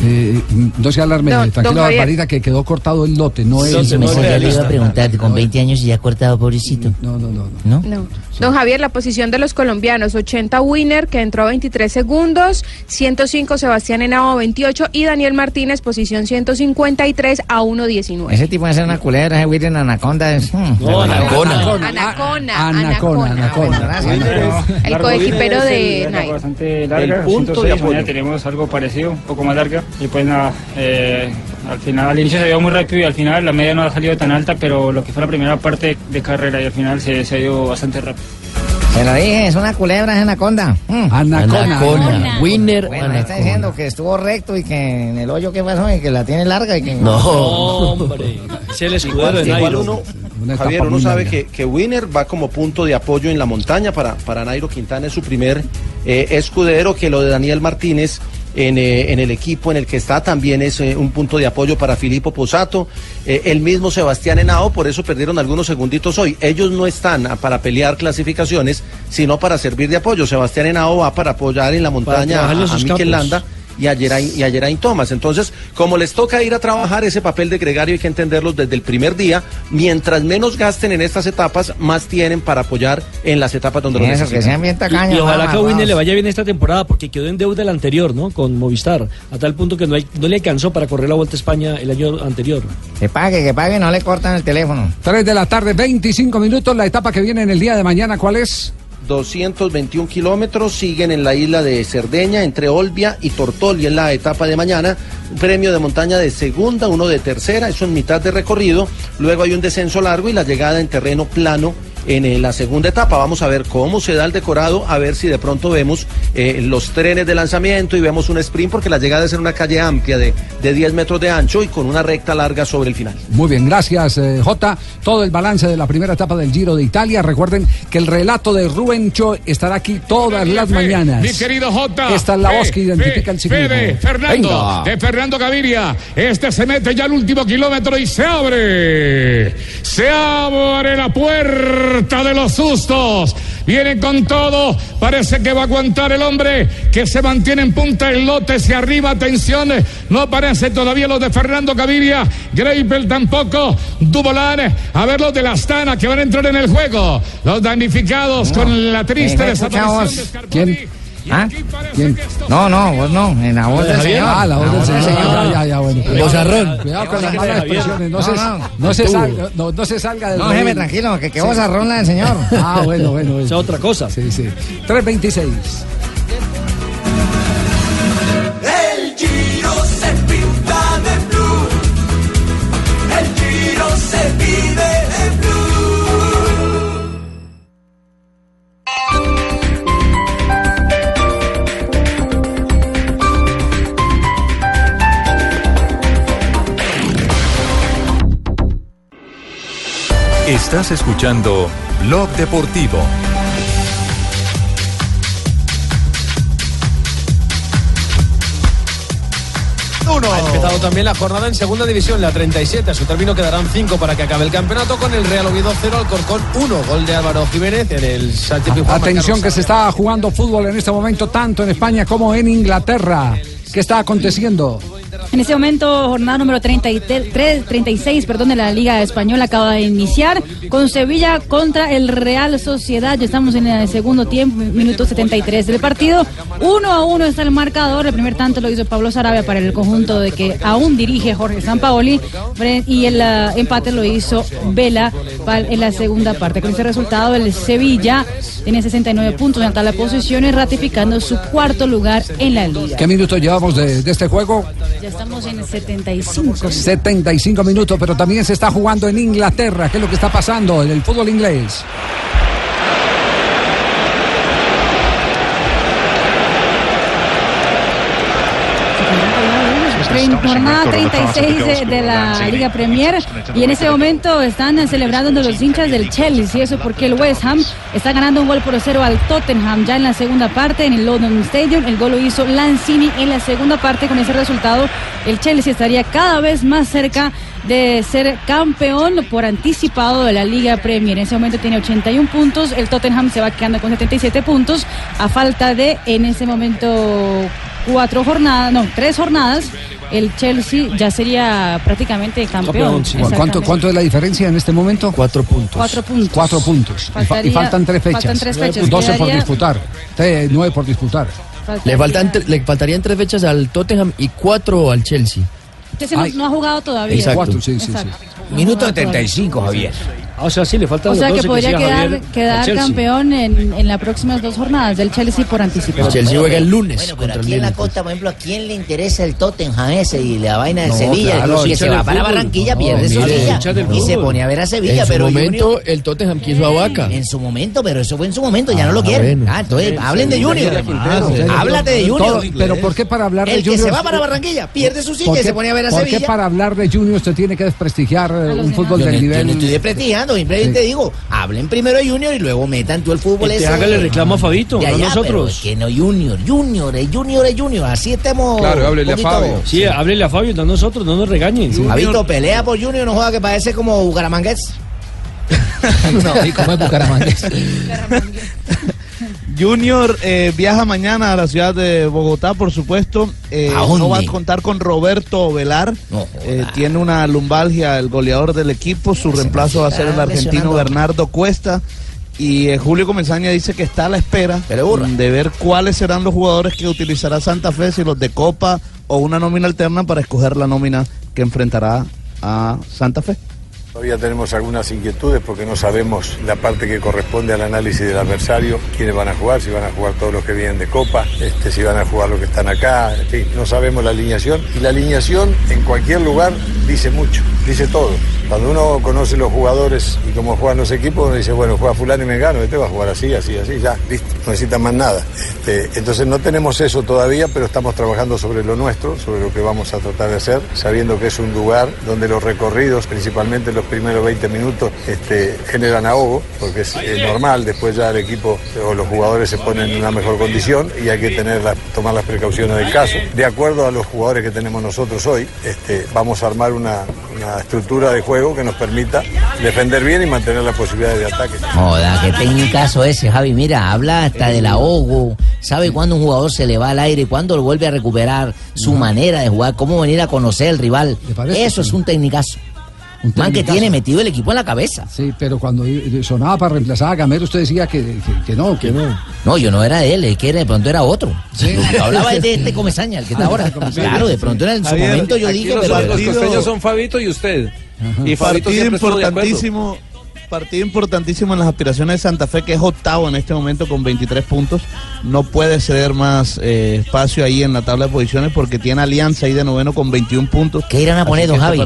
Eh, no se alarme,
Don-
tranquila
don Javier.
Barbarita, que quedó cortado el lote. No
Sí,
es.
sí, me
no es
salió, le iba
realista.
a preguntar, con 20 años y ya cortado, pobrecito.
No, no, no.
¿No?
No. Don Javier, la posición de los colombianos, 80 Winner, que entró a 23 segundos, 105 Sebastián Henao a 28 y Daniel Martínez, posición 153 a 1.19.
Ese tipo va a ser una culebra, ese güey en anaconda. Es,
hmm.
no,
Anacona,
Anacona, Anacona.
El
Largo
coequipero
viene,
de
es una etapa
Nike.
bastante larga,
El punto
106,
de
mañana
apoyo.
tenemos algo parecido, un poco más larga. Y pues nada, eh, al final, al inicio se vio muy rápido y al final la media no ha salido tan alta, pero lo que fue la primera parte de carrera y al final se, se dio bastante rápido.
Se lo dije, es una culebra, es anaconda. Mm.
Anacona.
Anacona.
Winner.
Bueno, está diciendo que estuvo recto y que en el hoyo que pasó y que la tiene larga y que...
Hombre. Es el escudero de
Igual- igual
Nairo.
uno-
Una etapa
Javier, uno
muy
sabe
larga.
que, que Winner va como punto de apoyo en la montaña para, para Nairo Quintana, es su primer eh, escudero, que lo de Daniel Martínez en, eh, en el equipo en el que está también es eh, un punto de apoyo para Filippo Posato, eh, el mismo Sebastián Henao, por eso perdieron algunos segunditos hoy. Ellos no están ah, para pelear clasificaciones, sino para servir de apoyo. Sebastián Henao va para apoyar en la montaña a,
trabajarle
a
sus
Mikel
capos.
Landa y a, Geraint, y a Geraint Thomas. Entonces, como les toca ir a trabajar ese papel de gregario, hay que entenderlos desde el primer día. Mientras menos gasten en estas etapas, más tienen para apoyar en las etapas donde lo
Eso, que
necesitan.
sean bien tacaños,
Y, y ojalá que a Winner
amarrados.
le vaya bien esta temporada porque quedó en deuda la anterior, ¿no? Con Movistar, a tal punto que no, hay- no le alcanzó para correr la Vuelta a España el año anterior.
Que pague, que pague, no le cortan el teléfono.
3 de la tarde, 25 minutos. La etapa que viene en el día de mañana, ¿cuál es?
221 kilómetros, siguen en la isla de Cerdeña, entre Olbia y Tortoli en la etapa de mañana. Un Premio de montaña de segunda, uno de tercera, eso en mitad de recorrido. Luego hay un descenso largo y la llegada en terreno plano en eh, la segunda etapa. Vamos a ver cómo se da el decorado, a ver si de pronto vemos eh, los trenes de lanzamiento y vemos un sprint, porque la llegada es en una calle amplia de, de 10 metros de ancho y con una recta larga sobre el final.
Muy bien, gracias eh, Jota. Todo el balance de la primera etapa del Giro de Italia. Recuerden que el relato de Rubén Cho estará aquí todas las mañanas.
Mi querido Jota.
Esta es la
Fe,
voz que identifica
Fe,
el ciclismo.
Fede, Fernando,
Venga.
de Fernando Gaviria. Este se mete ya al último kilómetro y se abre. Se abre la puerta de los sustos. Viene con todo. Parece que va a aguantar el hombre que se mantiene en punta el lote. Se arriba, atención. No parece todavía los de Fernando Gaviria. Greipel tampoco. Dubolán. A ver los de la Astana que van a entrar en el juego. Los damnificados con la triste
Eh, escucha
desaparición
vos.
de
¿Quién?
¿Ah? ¿Quién? No, no, vos no, en la voz del señor.
Ah, la voz del señor. Ya, ya, ya, bueno.
Eh, Vozarrón.
Cuidado con las
No,
malas
no,
expresiones. No, se,
no, no.
no se
Tú.
salga, no, no se salga del
No,
redil.
jefe, tranquilo, que- que
Sí.
vozarrón la del señor.
Ah, bueno, bueno. bueno.
Esa es
otra cosa.
Sí, sí. 3.26.
El giro se pinta de blue. El giro se vive de blue.
Estás escuchando Blog Deportivo.
Ha empezado también la jornada en segunda división, la 37. A su término quedarán 5 para que acabe el campeonato con el Real Oviedo 0 al Corcón 1. Gol de Álvaro Jiménez en el Sánchez Pizjuán.
Atención que se está jugando fútbol en este momento tanto en España como en Inglaterra. ¿Qué está aconteciendo?
En este momento, jornada número 33, 36 perdón, de la Liga Española acaba de iniciar con Sevilla contra el Real Sociedad. Ya estamos en el segundo tiempo, minuto 73 del partido. Uno a uno está el marcador. El primer tanto lo hizo Pablo Sarabia para el conjunto de que aún dirige Jorge Sampaoli. Fre- Y el ah, empate lo hizo Vela pa- en la segunda parte. Con este resultado, el Sevilla tiene 69 puntos en la tabla de posiciones, ratificando su cuarto lugar en la Liga.
¿Qué minutos llevamos de, de este juego?
Ya estamos en el 75.
75 minutos, pero también se está jugando en Inglaterra. ¿Qué es lo que está pasando en el fútbol inglés?
trein- jornada 36 de, de la Liga Premier y en ese momento están celebrando los hinchas del Chelsea, eso porque el West Ham está ganando un gol por cero al Tottenham ya en la segunda parte en el London Stadium, el gol lo hizo Lanzini en la segunda parte con ese resultado el Chelsea estaría cada vez más cerca de ser campeón por anticipado de la Liga Premier. En ese momento tiene 81 puntos, el Tottenham se va quedando con 77 puntos a falta de en ese momento cuatro jornadas, no, tres jornadas. El Chelsea ya sería prácticamente campeón.
¿Cu- ¿Cuánto,
Exactamente.
¿Cuánto es la diferencia en este momento? Cuatro puntos.
Cuatro puntos.
Cuatro puntos. Y fa- y
Faltaría-
faltan tres fechas.
faltan tres fechas.
Doce por
Quedaría-
disputar. Te- nueve por disputar.
Le, faltan, tre- le faltarían tres fechas al Tottenham y cuatro al Chelsea.
Entonces no,
Ay.
no ha jugado todavía.
Exacto. Cuatro, sí, sí,
Exacto.
Minuto
35, Javier. O sea, sí, le faltan
O
los
sea que
12
podría
siga
quedar,
Javier al
quedar
Chelsea.
campeón en, en las próximas dos jornadas del Chelsea por anticipado.
Bueno, pero aquí en la costa, por ejemplo, ¿a quién le interesa el Tottenham ese y la vaina de Sevilla?
claro,
Inclusive
hincha
se
del
va para
fútbol.
Barranquilla,
No,
pierde
mire,
Sevilla
hincha del
y se
fútbol.
pone a ver a Sevilla.
En su
Ah, pero
momento,
el Tottenham quiso a Vaca. En su momento, pero eso fue en su momento, ya no lo
Ah,
quieren.
bueno.
Ah, entonces,
Sí,
hablen de
sí,
Junior.
Daniela Quintero.
Ah,
Sí,
Háblate de
Todo-
Junior.
pero
¿eh?
¿por qué para hablar de
El que
Junior?
se va para Barranquilla pierde su silla
¿Por
y se
qué-
pone a ver a
¿Por
Sevilla.
qué para hablar de Junior usted tiene que desprestigiar eh, un fútbol
Yo no-
del
yo
nivel?
no estoy desprestigiando, simplemente digo, hablen primero de Junior y luego metan tú el fútbol
Y te
ese.
Este, hágale reclamo a Fabito,
De
no a
allá,
nosotros.
pero es que no Junior, Junior,
eh,
es Junior, es Junior, así estemos. un poquito-
Sí, háblele a Fabio, no a nosotros, no nos regañen. sí.
Fabito, pelea por Junior, no juega que parece como Bucaramangués.
No,
¿y cómo es
Junior eh, viaja mañana a la ciudad de Bogotá, por supuesto. Eh,
¿A dónde?
No va a contar con Roberto Velar. Eh, tiene una lumbalgia el goleador del equipo. Su reemplazo va a ser el
está
argentino
lesionando.
Bernardo Cuesta. Y eh, Julio Comenzaña dice que está a la espera mm, de ver cuáles serán los jugadores que utilizará Santa Fe, si los de Copa o una nómina alterna para escoger la nómina que enfrentará a Santa Fe.
Todavía tenemos algunas inquietudes porque no sabemos la parte que corresponde al análisis del adversario, quiénes van a jugar, si van a jugar todos los que vienen de Copa, este, si van a jugar los que están acá, en fin, no sabemos la alineación. Y la alineación en cualquier lugar dice mucho, dice todo. Cuando uno conoce los jugadores y cómo juegan los equipos, uno dice, bueno, juega fulano y mengano, este va a jugar así, así, así, ya, listo, no necesita más nada. Este, entonces no tenemos eso todavía, pero estamos trabajando sobre lo nuestro, sobre lo que vamos a tratar de hacer, sabiendo que es un lugar donde los recorridos, principalmente los primeros 20 minutos, este, generan ahogo, porque es, eh, normal, después ya el equipo o los jugadores se ponen en una mejor condición y hay que tener las- tomar las precauciones del caso. De acuerdo a los jugadores que tenemos nosotros hoy, este, vamos a armar una, una estructura de juego que nos permita defender bien y mantener las posibilidades de ataque.
Joda, qué técnicazo ese, Javi. Mira, habla hasta del ahogo. Sabe cuándo un jugador se le va al aire, cuándo lo vuelve a recuperar, su manera de jugar, cómo venir a conocer al rival.
parece?
Eso es un técnicazo. Man que
técnicazo.
tiene metido el equipo en la cabeza.
Sí, pero cuando eh, sonaba para reemplazar a Gamero, usted decía que, que- que no, que no.
No, yo no era él, es que de pronto era otro. Yo hablaba de este Comesaña, el que está
Ah,
ahora. Claro, de pronto en su
Javier,
momento yo
aquí
dije,
los
pero.
partidos-
Los costeños son Fabito y usted. Y Fabito
partido
siempre estuvo de acuerdo.
importantísimo, partido importantísimo en las aspiraciones de Santa Fe, que es octavo en este momento con 23 puntos. No puede ceder más eh, espacio ahí en la tabla de posiciones porque tiene alianza ahí de noveno con 21 puntos. este
¿Qué irán a poner, don Javi?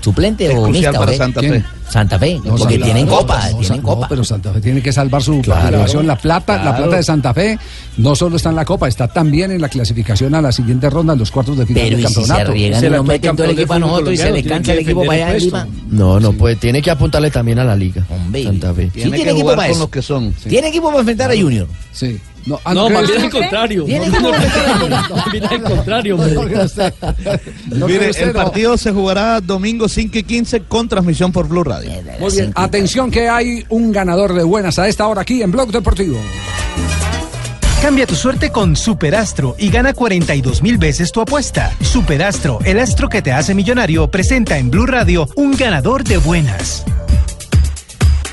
¿Suplente
es
o
crucial
mixta? o
para
qué?
Santa
¿Quién?
Fe.
Santa Fe, porque
Santa-
tienen
no,
copa,
no,
tienen
San-
copa.
no, pero Santa Fe tiene que salvar su
Claro.
clasificación. La plata, la
Claro.
plata de Santa Fe no solo está en la copa, está también en la clasificación a la siguiente ronda, en los cuartos de final
Pero
del
y si se
campeonato.
riegan
Se
y
la
nos
fue
meten todo el
campeón del
equipo a
fútbol
nosotros y se
colombiano,
le
tiene
cansa el
que
equipo para
defender
allá en
el
Lima.
puesto.
No, no puede. Tiene que apuntarle también a la liga. Santa Fe.
Tiene
tiene
que
equipo
jugar
para
con
eso?
los que son.
¿Tiene equipo para enfrentar a Junior?
Sí. No,
ah, No, ¿no más crees? bien al contrario.
¿Tiene
No,
equipo
no,
para enfrentar a Junior?
Mira, al contrario, hombre.
Mire,
usted,
el
no.
partido se jugará domingo 5 y 15 con transmisión por Blue Radio.
Eh,
Muy bien, atención que hay un ganador de buenas a esta hora aquí en Blog Deportivo.
Cambia tu suerte con Superastro y gana 42 mil veces tu apuesta. Superastro, el astro que te hace millonario, presenta en Blue Radio un ganador de buenas.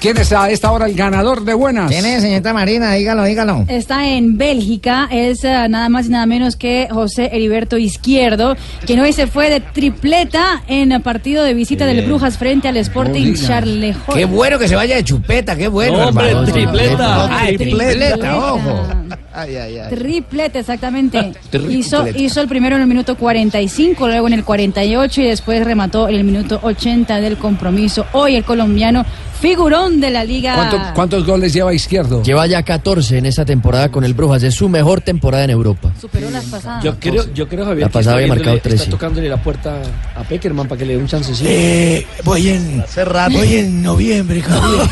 ¿Quién es a esta hora el ganador de buenas?
¿Quién es, señorita Marina? Dígalo, dígalo.
Está en Bélgica, es eh, nada más y nada menos que José Heriberto Izquierdo, quien hoy se fue de tripleta en el partido de visita del Brujas frente al Sporting Charleroi.
Qué bueno que se vaya de chupeta, qué bueno,
No, hombre,
hermano.
Ah,
tripleta.
Ah, tripleta,
Tripleta.
ojo.
Ay, ay, ay.
Triplete,
Ah,
exactamente.
Triplete.
Hizo, hizo el primero en el minuto 45, luego en el 48 y después remató en el minuto 80 del compromiso. Hoy el colombiano figurón de la liga.
¿Cuántos goles lleva Izquierdo? Lleva ya 14 en esta temporada con el Brujas. Es su mejor temporada en Europa.
Superó las pasadas.
Yo creo, yo creo Javier,
La
que
pasada había
está viéndole-
marcado 13.
Está tocándole la puerta a Peckerman para que le dé un chancecito.
Eh, voy en. Voy en noviembre,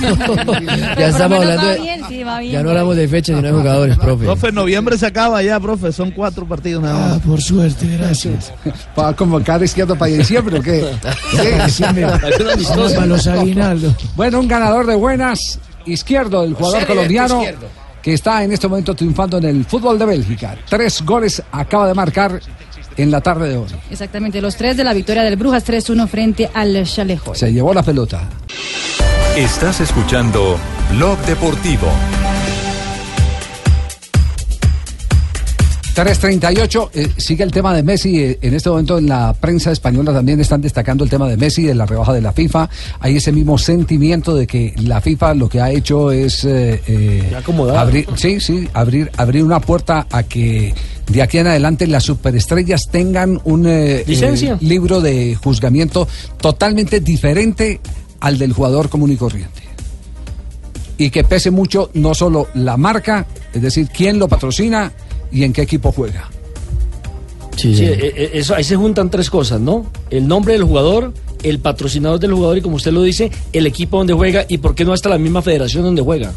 Javier.
Ya estamos hablando de- Ya no hablamos de fecha, sino de jugadores, profe.
Profe, en noviembre se acaba ya, profe. Son cuatro partidos nada más. Ah, por suerte, gracias.
Para convocar a izquierdo para diciembre, ¿o qué? Sí, sí, me-
Vamos para los aguinaldos.
Bueno, un ganador de buenas, izquierdo, el jugador
Excelente,
colombiano
Izquierdo.
que está en este momento triunfando en el fútbol de Bélgica. Tres goles acaba de marcar en la tarde de hoy.
Exactamente, los tres de la victoria del Brujas 3-1 frente al Chalejón.
Se llevó la pelota.
Estás escuchando Blog Deportivo.
338, eh, sigue el tema de Messi. eh, en este momento en la prensa española también están destacando el tema de Messi, de la rebaja de la FIFA. Hay ese mismo sentimiento de que la FIFA lo que ha hecho es eh, eh, abrir, sí, sí, abrir, abrir una puerta a que de aquí en adelante las superestrellas tengan un eh,
Licencia.
eh, libro de juzgamiento totalmente diferente al del jugador común y corriente y que pese mucho no solo la marca, es decir, quién lo patrocina y en qué equipo juega.
Sí, eh, eh, eso, ahí se juntan tres cosas, ¿no? El nombre del jugador, el patrocinador del jugador y, como usted lo dice, el equipo donde juega y, ¿por qué no hasta la misma federación donde juega?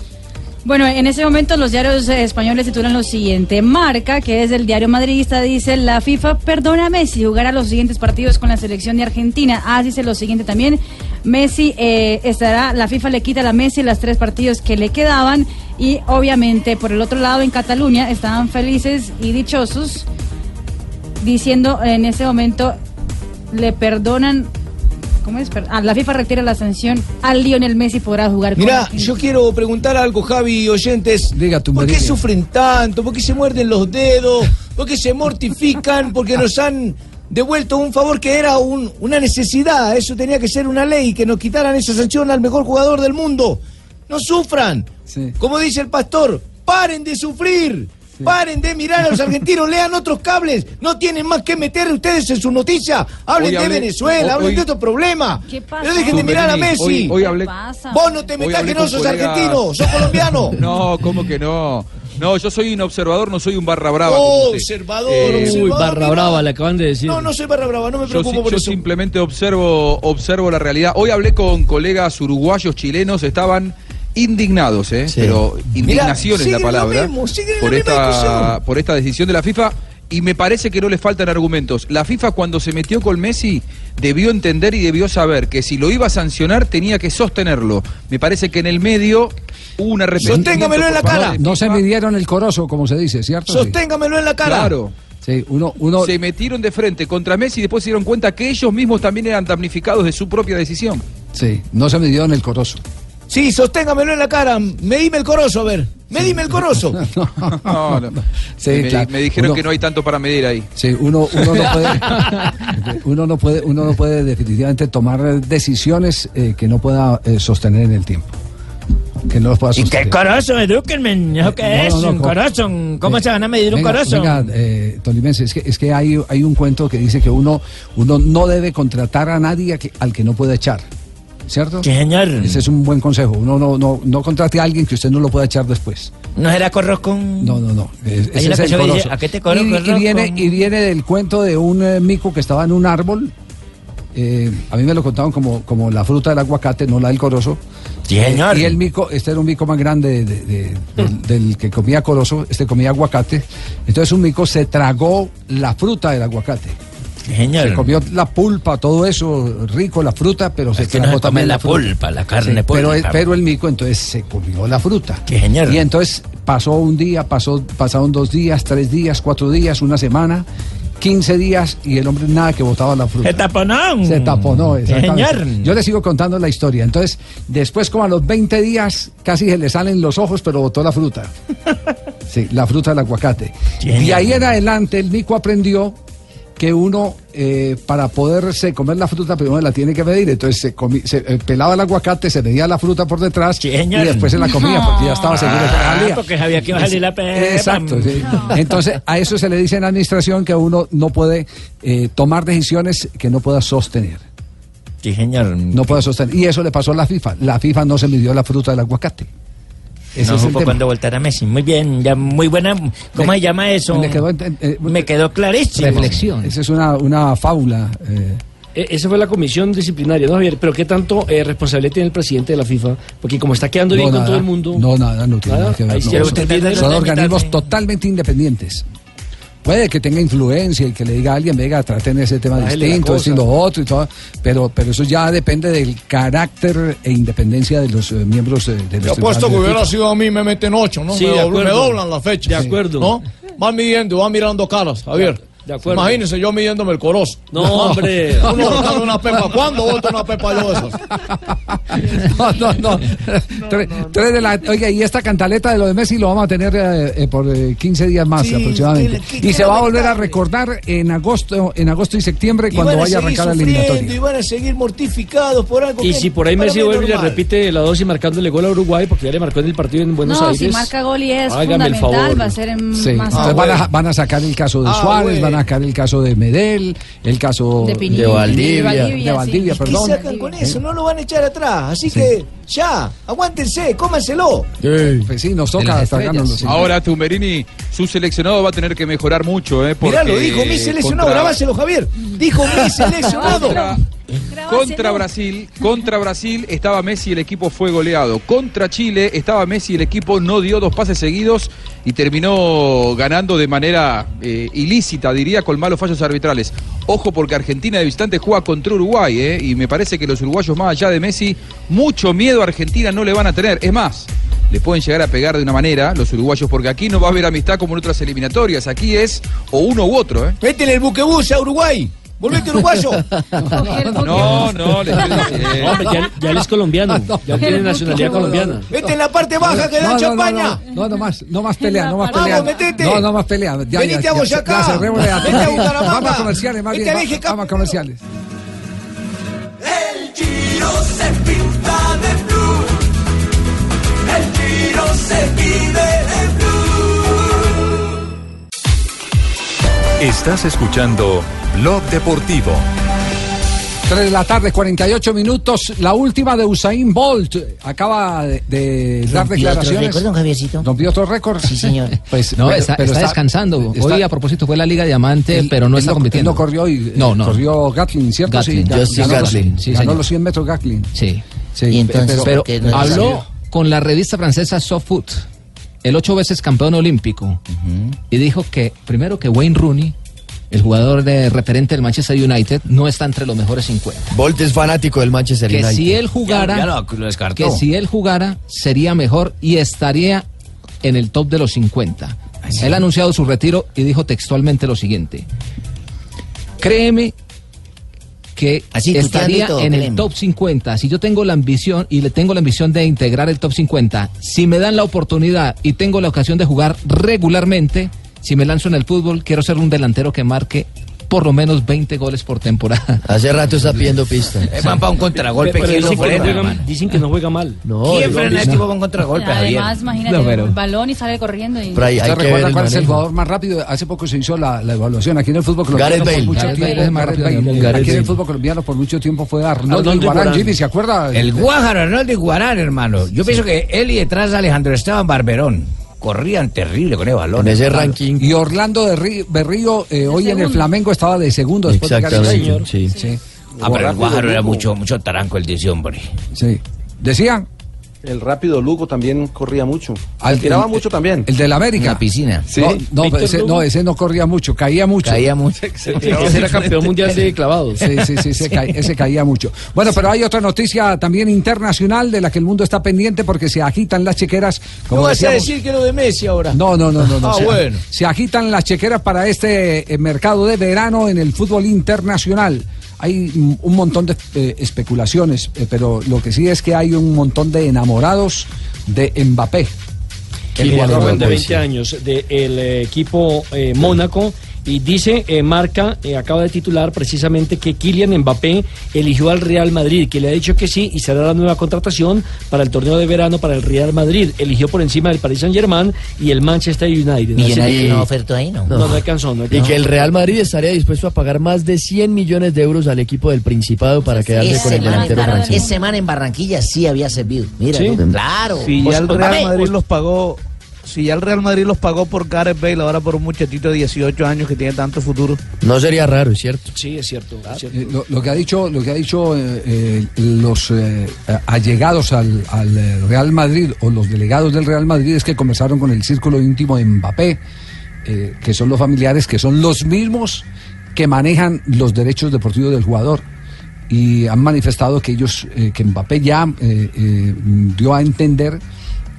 Bueno, en ese momento los diarios eh, españoles titulan lo siguiente. Marca, que es el diario madridista, dice la FIFA perdona a Messi jugará los siguientes partidos con la selección de Argentina. Ah, dice lo siguiente también. Messi eh, estará, la FIFA le quita a la Messi las tres partidos que le quedaban y obviamente por el otro lado en Cataluña estaban felices y dichosos diciendo en ese momento le perdonan, ¿cómo es? Per- ah, la FIFA retira la sanción, al Lionel Messi podrá jugar con
Mirá,
Argentina.
yo quiero preguntar algo, Javi, oyentes. ¿Por qué
Marini.
sufren tanto? ¿Por qué se muerden los dedos? ¿Por qué se mortifican? Porque nos han devuelto un favor que era un- una necesidad. Eso tenía que ser una ley, que nos quitaran esa sanción al mejor jugador del mundo. No sufran. Como dice el pastor, paren de sufrir. Paren de mirar a los argentinos, lean otros cables. No tienen más que meter ustedes en su noticia. Hablen
Hoy
de
hablé-
Venezuela,
hoy-
hablen de
hoy-
otro problema.
¿Qué pasa?
No dejen de mirar a Messi.
Hoy- hoy hablé- ¿Qué
Vos no te
Hoy
metas
hablé
que no
con
sos
colegas-
argentino, sos colombiano.
No, ¿cómo que no? No, yo soy un observador, no soy un barra brava.
Oh,
como usted. Eh,
observador,
Uy, barra brava, le acaban de decir.
No, no soy barra brava, no me
Yo,
preocupo
si-
por
yo
eso.
simplemente observo, observo la realidad. Hoy hablé con colegas uruguayos, chilenos, estaban indignados, ¿eh? pero indignación
Mirá,
es la
siguen lo
palabra,
mismo, siguen en
por,
la misma
esta,
discusión.
por esta decisión de la FIFA. Y me parece que no le faltan argumentos. La FIFA cuando se metió con Messi debió entender y debió saber que si lo iba a sancionar tenía que sostenerlo. Me parece que en el medio hubo una
Sosténgamelo No, se midieron el corozo, como se dice, ¿cierto? Sí.
Sosténgamelo en la cara.
Claro.
Sí, uno, uno...
Se metieron de frente contra Messi y después se dieron cuenta que ellos mismos también eran damnificados de su propia decisión.
Sí, no se midieron el corozo.
Sí, sosténgamelo en la cara. Medime el corozo, a ver. Medime el corozo.
No, no.
Sí,
me,
claro.
me dijeron
Uno-
que no hay tanto para medir ahí.
Sí, uno, uno no puede, uno no puede, uno no puede definitivamente tomar decisiones eh, que no pueda eh, sostener en el tiempo, que no los pueda
¿Y qué
sostener.
corozo, edúquenme? ¿Eso
No,
qué es?
no, no,
¿Un
¿cómo?
corozo? ¿Cómo
Eh,
se van a medir un
venga,
corozo?
venga, eh, tolimense, es que, es que hay, hay un cuento que dice que uno, uno no debe contratar a nadie a que- al que no pueda echar. ¿Cierto?
señor.
Ese es un buen consejo. Uno no, no, no contrate a alguien que usted no lo pueda echar después.
¿No era corrosco?
No, no, no. Es-
Hay
ese es
una
el
canción que dice,
corozo.
¿a qué te coro-
Y- y,
corrosco?
viene, y viene del cuento de un eh, mico que estaba en un árbol. Eh, a mí me lo contaban como, como la fruta del aguacate, no la del corozo.
Sí, señor. Mm.
Eh, y el mico, este era un mico más grande de- de- del, del que comía corozo, este comía aguacate. Entonces un mico se tragó la fruta del aguacate.
Señor.
Se comió la pulpa, todo eso, rico la fruta, pero se
Es que no
tragó
se come
también
la
fruta.
pulpa, la carne
Pero,
pulpa.
pero el mico entonces se comió la fruta.
genial.
Y entonces pasó un día, pasó, pasaron dos días, tres días, cuatro días, una semana, quince días y el hombre nada que botaba la fruta.
Se taponó.
Se taponó, exactamente.
Señor.
Yo le sigo contando la historia. Entonces, después como a los 20 días, casi se le salen los ojos, pero botó la fruta. Sí, la fruta del aguacate. Y ahí en adelante el mico aprendió que uno eh, para poderse comer la fruta primero la tiene que medir. Entonces se, comi- se, eh, pelaba el aguacate, se medía la fruta por detrás
señor.
y después se la comía
No.
porque ya estaba seguro que
Ah,
valía.
porque sabía que iba a salir la pepa.
Exacto. sí. Entonces a eso se le dice en la administración que uno no puede eh, tomar decisiones que no pueda sostener.
Sí, señor.
No pueda sostener. Y eso le pasó a la FIFA. La FIFA no se midió la fruta del aguacate. Ese
no
es el
supo
tema.
cuándo voltar a Messi. Muy bien, ya muy buena. ¿Cómo se llama eso?
le quedó
Me eh, quedó clarísimo.
Esa es una, una fábula. eh,
E- Esa fue la comisión disciplinaria, ¿no, Javier? Pero ¿qué tanto eh, responsabilidad tiene el presidente de la FIFA? Porque como está quedando
no,
bien
nada.
con todo el mundo...
No, nada, no tiene
Nada,
nada que ver,
ahí
no.
sí era
Son-
usted tiene
son
razón.
organismos totalmente independientes. Puede que tenga influencia y que le diga a alguien, venga, traten ese tema
Bájele la
distinto,
cosa.
esto y lo otro y todo, pero, pero eso ya depende del carácter e indepuencia de los eh, miembros eh, de los
Yo apuesto que
tribunales de
hubiera
FIFA.
sido a mí, me meten ocho, ¿no?
Sí,
me,
de
doblan, me
acuerdo.
doblan las fechas.
De acuerdo.
¿No? Van midiendo, van mirando caras, Javier.
De acuerdo.
Imagínense yo midiéndome el corozo.
No, hombre.
Uno botando una pepa. ¿Cuándo boto una pepa yo de esas?
No, no, no. Tres- tres de la, oiga, y esta cantaleta de lo de Messi lo vamos a tener eh, eh, por eh, 15 días más
Sí,
aproximadamente.
qué- qué
y se va a volver a recordar en agosto, en agosto y septiembre
Y
cuando
van a
vaya a
seguir
arrancar la
sufriendo,
eliminatoria.
Y van a seguir mortificados por algo
Y
que-
si por ahí
para
Messi
mí es
vuelve y le
normal.
repite la dosis marcándole gol a Uruguay, porque ya le marcó en el partido en Buenos
no,
Aires.
si marca gol y es
hágame el
fundamental,
favor. Ah,
va a ser en
Sí,
más
entonces van, a, van a sacar el caso de
Ah,
Suárez,
bueno.
van a sacar el caso de Medel, el caso
De Pinilla, de Valdivia.
de Valdivia,
¿Qué
perdón.
sacan con eso? No lo van a echar atrás. Así que ya, aguántense, cómanselo.
Pues sí, nos
De
toca
las
tragarnos
estrellas.
los-
Ahora Tumberini, su seleccionado va a tener que mejorar mucho, ¿eh?
Mirá, lo
porque
dijo mi seleccionado,
contra-
grabáselo, Javier. Dijo mi seleccionado.
Contra- Contra Brasil, contra Brasil estaba Messi y el equipo fue goleado. Contra Chile estaba Messi y el equipo no dio dos pases seguidos y terminó ganando de manera eh, ilícita, diría, con malos fallos arbitrales. Ojo porque Argentina de visitante juega contra Uruguay, ¿eh? y me parece que los uruguayos más allá de Messi, mucho miedo a Argentina no le van a tener. Es más, le pueden llegar a pegar de una manera los uruguayos porque aquí no va a haber amistad como en otras eliminatorias. Aquí es o uno u otro. ¿eh?
Métele el buquebús a Uruguay. Volvete uruguayo.
No, no, le estoy diciendo.
Hombre, ya, ya él es colombiano, ya tiene nacionalidad
No, no, no.
colombiana.
Mete en la parte baja que da champaña.
No, no, no más, no más pelea, no más
Vamos,
pelea.
metete.
No, no más pelea. Ya,
Venite
ya,
a
ya,
Boyacá.
ya cerremos la-
Vete a Bucaramanga.
Vamos a comerciales, más
Vete
bien,
al
va-
eje,
vamos a comerciales.
El giro se pinta de blue. El giro se vive de blue.
Estás escuchando Blog Deportivo.
3 de la tarde, 48 minutos. La última de Usain Bolt acaba de, de dar
Rompió otro
declaraciones.
récord, don Javiercito.
Rompió otro récord. Sí,
señor.
Pues,
No,
pero-
está,
pero
está descansando.
está-
Hoy, a propósito, fue la Liga Diamante,
Él-
pero no
él
está
no-
compitiendo.
él no corrió y- eh,
no, no.
corrió Gatlin, ¿cierto?
Gatlin,
ga-
Justin
ganó los-
Gatlin, sí,
ganó
señor.
los 100 metros Gatlin.
Sí.
Sí,
pero, habló
salió.
con la revista francesa Softfoot, el ocho veces campeón olímpico, y dijo que primero que Wayne Rooney, el jugador de referente del Manchester United, no está entre los mejores 50.
Bolt es fanático del Manchester
Que
United.
si él jugara,
Ya lo- lo descartó.
que si él jugara sería mejor y estaría en el top de los 50. Él ha anunciado su retiro y dijo textualmente lo siguiente: Créeme que
Así, tuteando
estaría
y todo,
en el
créeme.
top 50. Si yo tengo la ambición y le tengo la ambición de integrar el top 50, si me dan la oportunidad y tengo la ocasión de jugar regularmente, si me lanzo en el fútbol, quiero ser un delantero que marque por lo menos 20 goles por temporada.
Hace rato está pidiendo pista.
van pa' Eh, un contragolpe,
Pero
¿quién lo
dicen, que no
frena,
juega,
hermano?
dicen que no juega mal.
¿Quién frena
dice-
este tipo
con
Además, imagínate,
No, pero-
el balón y sale corriendo. Y...
¿Usted recuerda cuál es el
manejo.
jugador más rápido? Hace poco se hizo la, la evaluación aquí en el fútbol
Gareth
colombiano. por
Bale.
mucho
Gareth
tiempo,
Bale es el más
Gareth
rápido
Bale.
del mundo.
Aquí en el
Gareth
fútbol colombiano por mucho tiempo fue Arnoldo
Arnoldo
Iguarán.
Iguarán.
Jimmy, ¿se acuerda? Eh,
El Guájaro, Arnoldo Iguarán, hermano. Yo pienso que él y detrás Alejandro Esteban Barberón. Corrían terrible con el balón. Ah, En ese ranking.
Y Orlando de Ri- Berrío eh, hoy en el
segundo.
Flamengo estaba de segundo después de Gareth
Exactamente,
Bale.
sí.
Sí.
Ah, pero el
Rápido,
Guájaro era
Lugo.
mucho, mucho taranco el de ese hombre.
Sí. Decían.
El rápido Lugo también corría mucho.
Al-
Tiraba
Ah, el-
mucho también.
El del América.
Sí.
No, No,
Víctor
ese,
Lugo.
no, ese no corría mucho, caía mucho.
Caía mucho.
Ese era campeón mundial de clavados.
Sí, sí, sí, ese, ca- ese caía mucho. Bueno, pero hay otra noticia también internacional de la que el mundo está pendiente porque se agitan las chequeras. Como
¿No vas a
decíamos-
decir que lo de Messi ahora?
No, no, no, no. no.
Ah,
se,
bueno.
se agitan las chequeras para este eh, mercado de verano en el fútbol internacional. Hay mm, un montón de eh, especulaciones, eh, pero lo que sí es que hay un montón de enamorados de Mbappé.
El
jugador
joven de
francés.
20 años del equipo eh, Mónaco Y dice, eh, Marca, eh, acaba de titular precisamente que Kylian Mbappé eligió al Real Madrid, que le ha dicho que sí y será la nueva contratación para el torneo de verano para el Real Madrid. Eligió por encima del Paris Saint-Germain y el Manchester United. Así
Millonario
que-
no ofertó ahí, ¿no?
No, no alcanzó. no
Y
alcanzó.
que el Real Madrid estaría dispuesto a pagar más de 100 millones de euros al equipo del Principado para quedarse
Ese
con el
man en
delantero
Barra-
francés.
ese man en Barranquilla sí había servido. Mira,
¿Sí?
¿no? claro. Pues,
Si
Os-
ya el
os-
Real
Mbappé,
Madrid los pagó, si ya el Real Madrid los pagó por Gareth Bale, ahora por un muchachito de 18 años que tiene tanto futuro.
No sería raro, es cierto.
Sí, es cierto. es cierto.
Eh, lo, lo que ha dicho, lo que ha dicho eh, eh, los eh, allegados al, al, eh, Real Madrid o los delegados del Real Madrid es que conversaron con el círculo íntimo de Mbappé, eh, que son los familiares, que son los mismos que manejan los derechos deportivos del jugador. Y han manifestado que ellos, eh, que Mbappé ya eh, eh, dio a entender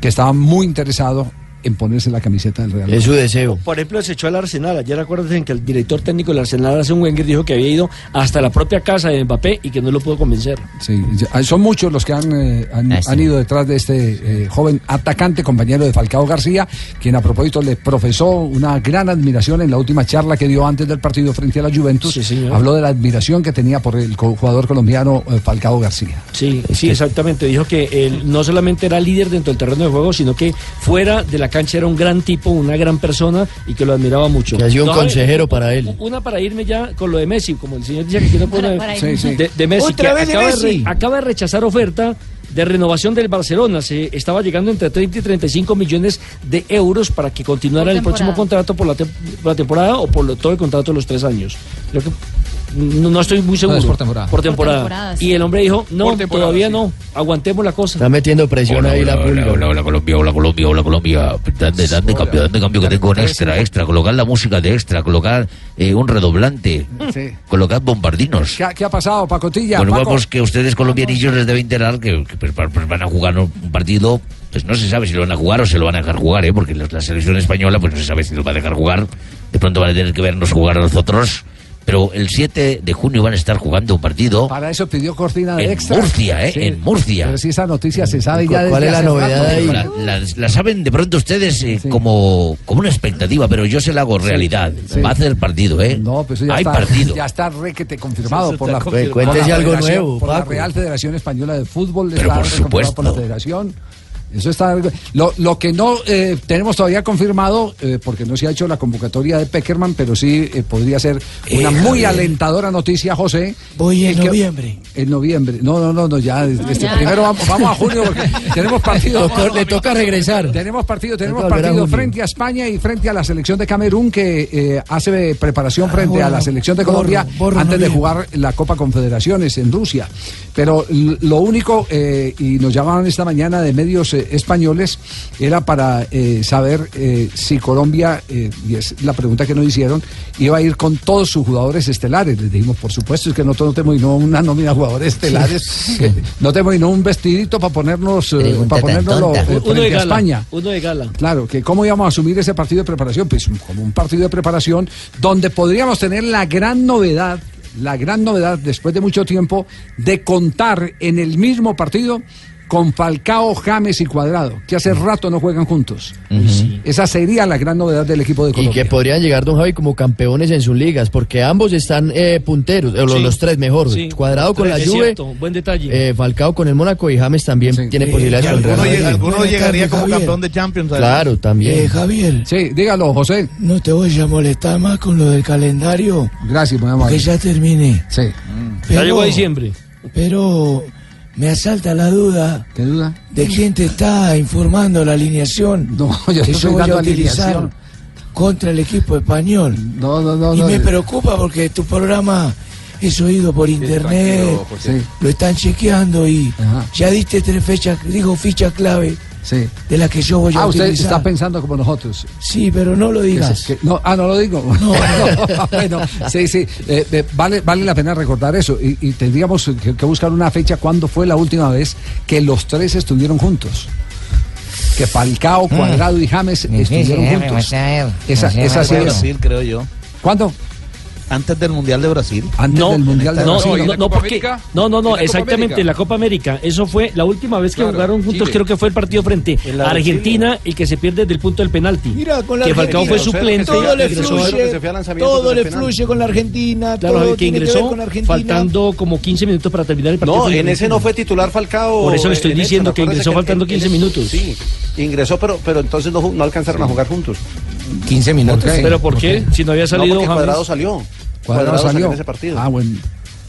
que estaba muy interesado en ponerse la camiseta del Real Madrid.
Por ejemplo, se echó al Arsenal. Ayer acuérdense que el director técnico del Arsenal, Arsene Wenger, dijo que había ido hasta la propia casa de Mbappé y que no lo pudo convencer.
Sí, ya- ah, son muchos los que han, eh, han, han ido detrás de este eh, joven atacante, compañero de Falcao García, quien a propósito le profesó una gran admiración en la última charla que dio antes del partido frente a la Juventus. Habló de la admiración que tenía por el co- jugador colombiano eh, Falcao García.
Sí,
Este,
sí, exactamente. Dijo que él no solamente era líder dentro del terreno de juego, sino que fuera de la cancha era un gran tipo, una gran persona y que lo admiraba mucho.
Que ha sido un
No,
consejero
eh,
para él.
Una para irme ya con lo de Messi, como el señor dice que quiero poner
para irme. Sí, sí.
De, de Messi,
Otra
que
vez de
acaba,
Messi.
re- acaba de rechazar oferta de renovación del Barcelona. Se estaba llegando entre 30 y 35 millones de euros para que continuara el próximo contrato por la, tem- por la temporada o por lo- todo el contrato de los tres años. Creo que no, no estoy muy seguro.
es por temporada.
Por temporada.
temporada,
Y el hombre dijo, no, todavía no, aguantemos la cosa.
Está metiendo presión ahí la pública.
Hola, hola, Colombia, hola, Colombia, hola, Colombia. Dame, dame cambio, dame cambio que tengo un extra, extra. Colocar la música de extra, colocar eh, un redoblante, colocar bombardinos.
¿Qué, ha- qué ha pasado, Pacotilla?
Bueno,
Paco?
vamos, que ustedes colombianillos les deben enterar que, que, pues, pa- pues, van a jugar un partido, pues no se sabe si lo van a jugar o se lo van a dejar jugar, ¿eh? porque la, la selección española pues no se sabe si lo va a dejar jugar. De pronto van a tener que vernos jugar a nosotros. Pero el 7 de junio van a estar jugando un partido
Para eso pidió cortina de
En
extra.
Murcia, ¿eh? En Murcia.
Pero si esa noticia se sabe ya
Pues
desde hace rato.
La, la- la saben de pronto ustedes eh, como, como una expectativa, pero yo se la hago realidad. Va a hacer partido, ¿eh?
No, pues eso ya
Hay
está,
partido.
Ya está requete confirmado
Eso está
por la
confirmado.
por la
Cuéntese algo
Federación-
nuevo,
Por la
Paco.
Real Federación Española de Fútbol
Pero
está
por
reconfirmado
supuesto.
por la Federación. Eso está. Lo, lo que no eh, tenemos todavía confirmado, eh, porque no se ha hecho la convocatoria de Peckerman, pero sí eh, podría ser una
Eh,
muy
Javier.
alentadora noticia, José.
Voy en
Eh, que-
noviembre.
En noviembre. No, no, no, no ya. este,
ya.
Primero vamos, vamos a junio porque tenemos partido.
Tocó- le toca regresar.
Tenemos partido, tenemos
volver a
partido
junio.
frente a España y frente a la selección de Camerún que eh, hace preparación frente a la
borra,
selección de
borra,
Colombia
borra,
antes
no
de
viene.
jugar la Copa Confederaciones en Rusia. Pero l- lo único, eh, y nos llamaban esta mañana de medios eh, españoles, era para eh, saber eh, si Colombia, eh, y es la pregunta que nos hicieron, iba a ir con todos sus jugadores estelares. Les dijimos, por supuesto, es que nosotros no tenemos y no una nómina de jugadores estelares, que no tenemos y no un vestidito para ponernos, eh, para ponernoslo eh,
Uno de
frente a
gala.
España.
Uno de gala.
Claro, que cómo íbamos a asumir ese partido de preparación, pues como un partido de preparación donde podríamos tener la gran novedad, la gran novedad después de mucho tiempo de contar en el mismo partido con Falcao, James y Cuadrado, que hace rato no juegan juntos. Esa sería la gran novedad del equipo de
Y
Colombia.
que podrían llegar, don Javi, como campeones en sus ligas, porque ambos están eh, punteros, eh, los,
Sí.
los tres mejor.
Sí,
Cuadrado
los
con la
tres, es
Juve,
cierto, buen detalle.
eh, Falcao con el Mónaco y James también tiene
Eh,
posibilidades
y
con el Real
alguno llega-
Madrid.
alguno
Buenas
llegaría
tardes,
como
Javier.
campeón de Champions. además.
Claro, también.
Eh, Javier.
Sí, dígalo, José.
No te voy a molestar más con lo del calendario.
Gracias, mi
Que ya termine.
Sí.
Ya llegó diciembre.
Pero me asalta la duda.
¿Qué duda?
¿De quién te está informando la alineación?
No,
que
yo no estoy
yo voy
dando
a utilizar
alineación.
contra el equipo español.
No, no, no.
Y
no,
me
eh.
preocupa porque tu programa es oído por internet.
tranquilo, José. Sí.
Lo están chequeando y ya diste tres fechas, digo fichas clave
Sí.
de las que yo voy a
Ah, usted
utilizar.
está pensando como nosotros.
Sí, pero no lo digas.
Que se- que- no, ah, no lo digo. bueno, sí, sí. eh, eh, vale, vale la pena recordar eso. Y, y tendríamos que, que buscar una fecha cuando fue la última vez que los tres estuvieron juntos. Que Falcao, Cuadrado y James
Sí, sí,
estuvieron
eh,
juntos.
vamos a ver,
Esa,
vamos a
esa
ver
sí
cuándo.
es.
Brasil,
creo yo. ¿Cuándo?
antes del Mundial de Brasil. Antes
No,
del Mundial de
no,
Brasil.
no, no, porque- no, no, no, exactamente, en la Copa América. Eso fue la última vez que
Claro,
jugaron juntos,
Chile.
creo que fue el partido frente
En la
a
de
Argentina, el que se pierde desde el punto del penalti.
Mira, con la
que Falcao
Argentina,
fue suplente.
Todo le
regresó-
fluye, todo le fluye con la Argentina,
Claro,
todo
el que
tiene que ver
ingresó
con Argentina.
faltando como 15 minutos para terminar el partido.
No, en ese no fue titular Falcao.
Por eso le estoy
en ese,
diciendo que
acuérdese
ingresó faltando 15 minutos.
Sí, ingresó, pero, pero entonces no, ju- no alcanzaron a jugar juntos.
15 minutos.
¿Pero por qué? Si no había
No,
salido
porque
James.
Cuadrado salió.
Cuadrado salió.
en ese partido.
Ah, bueno.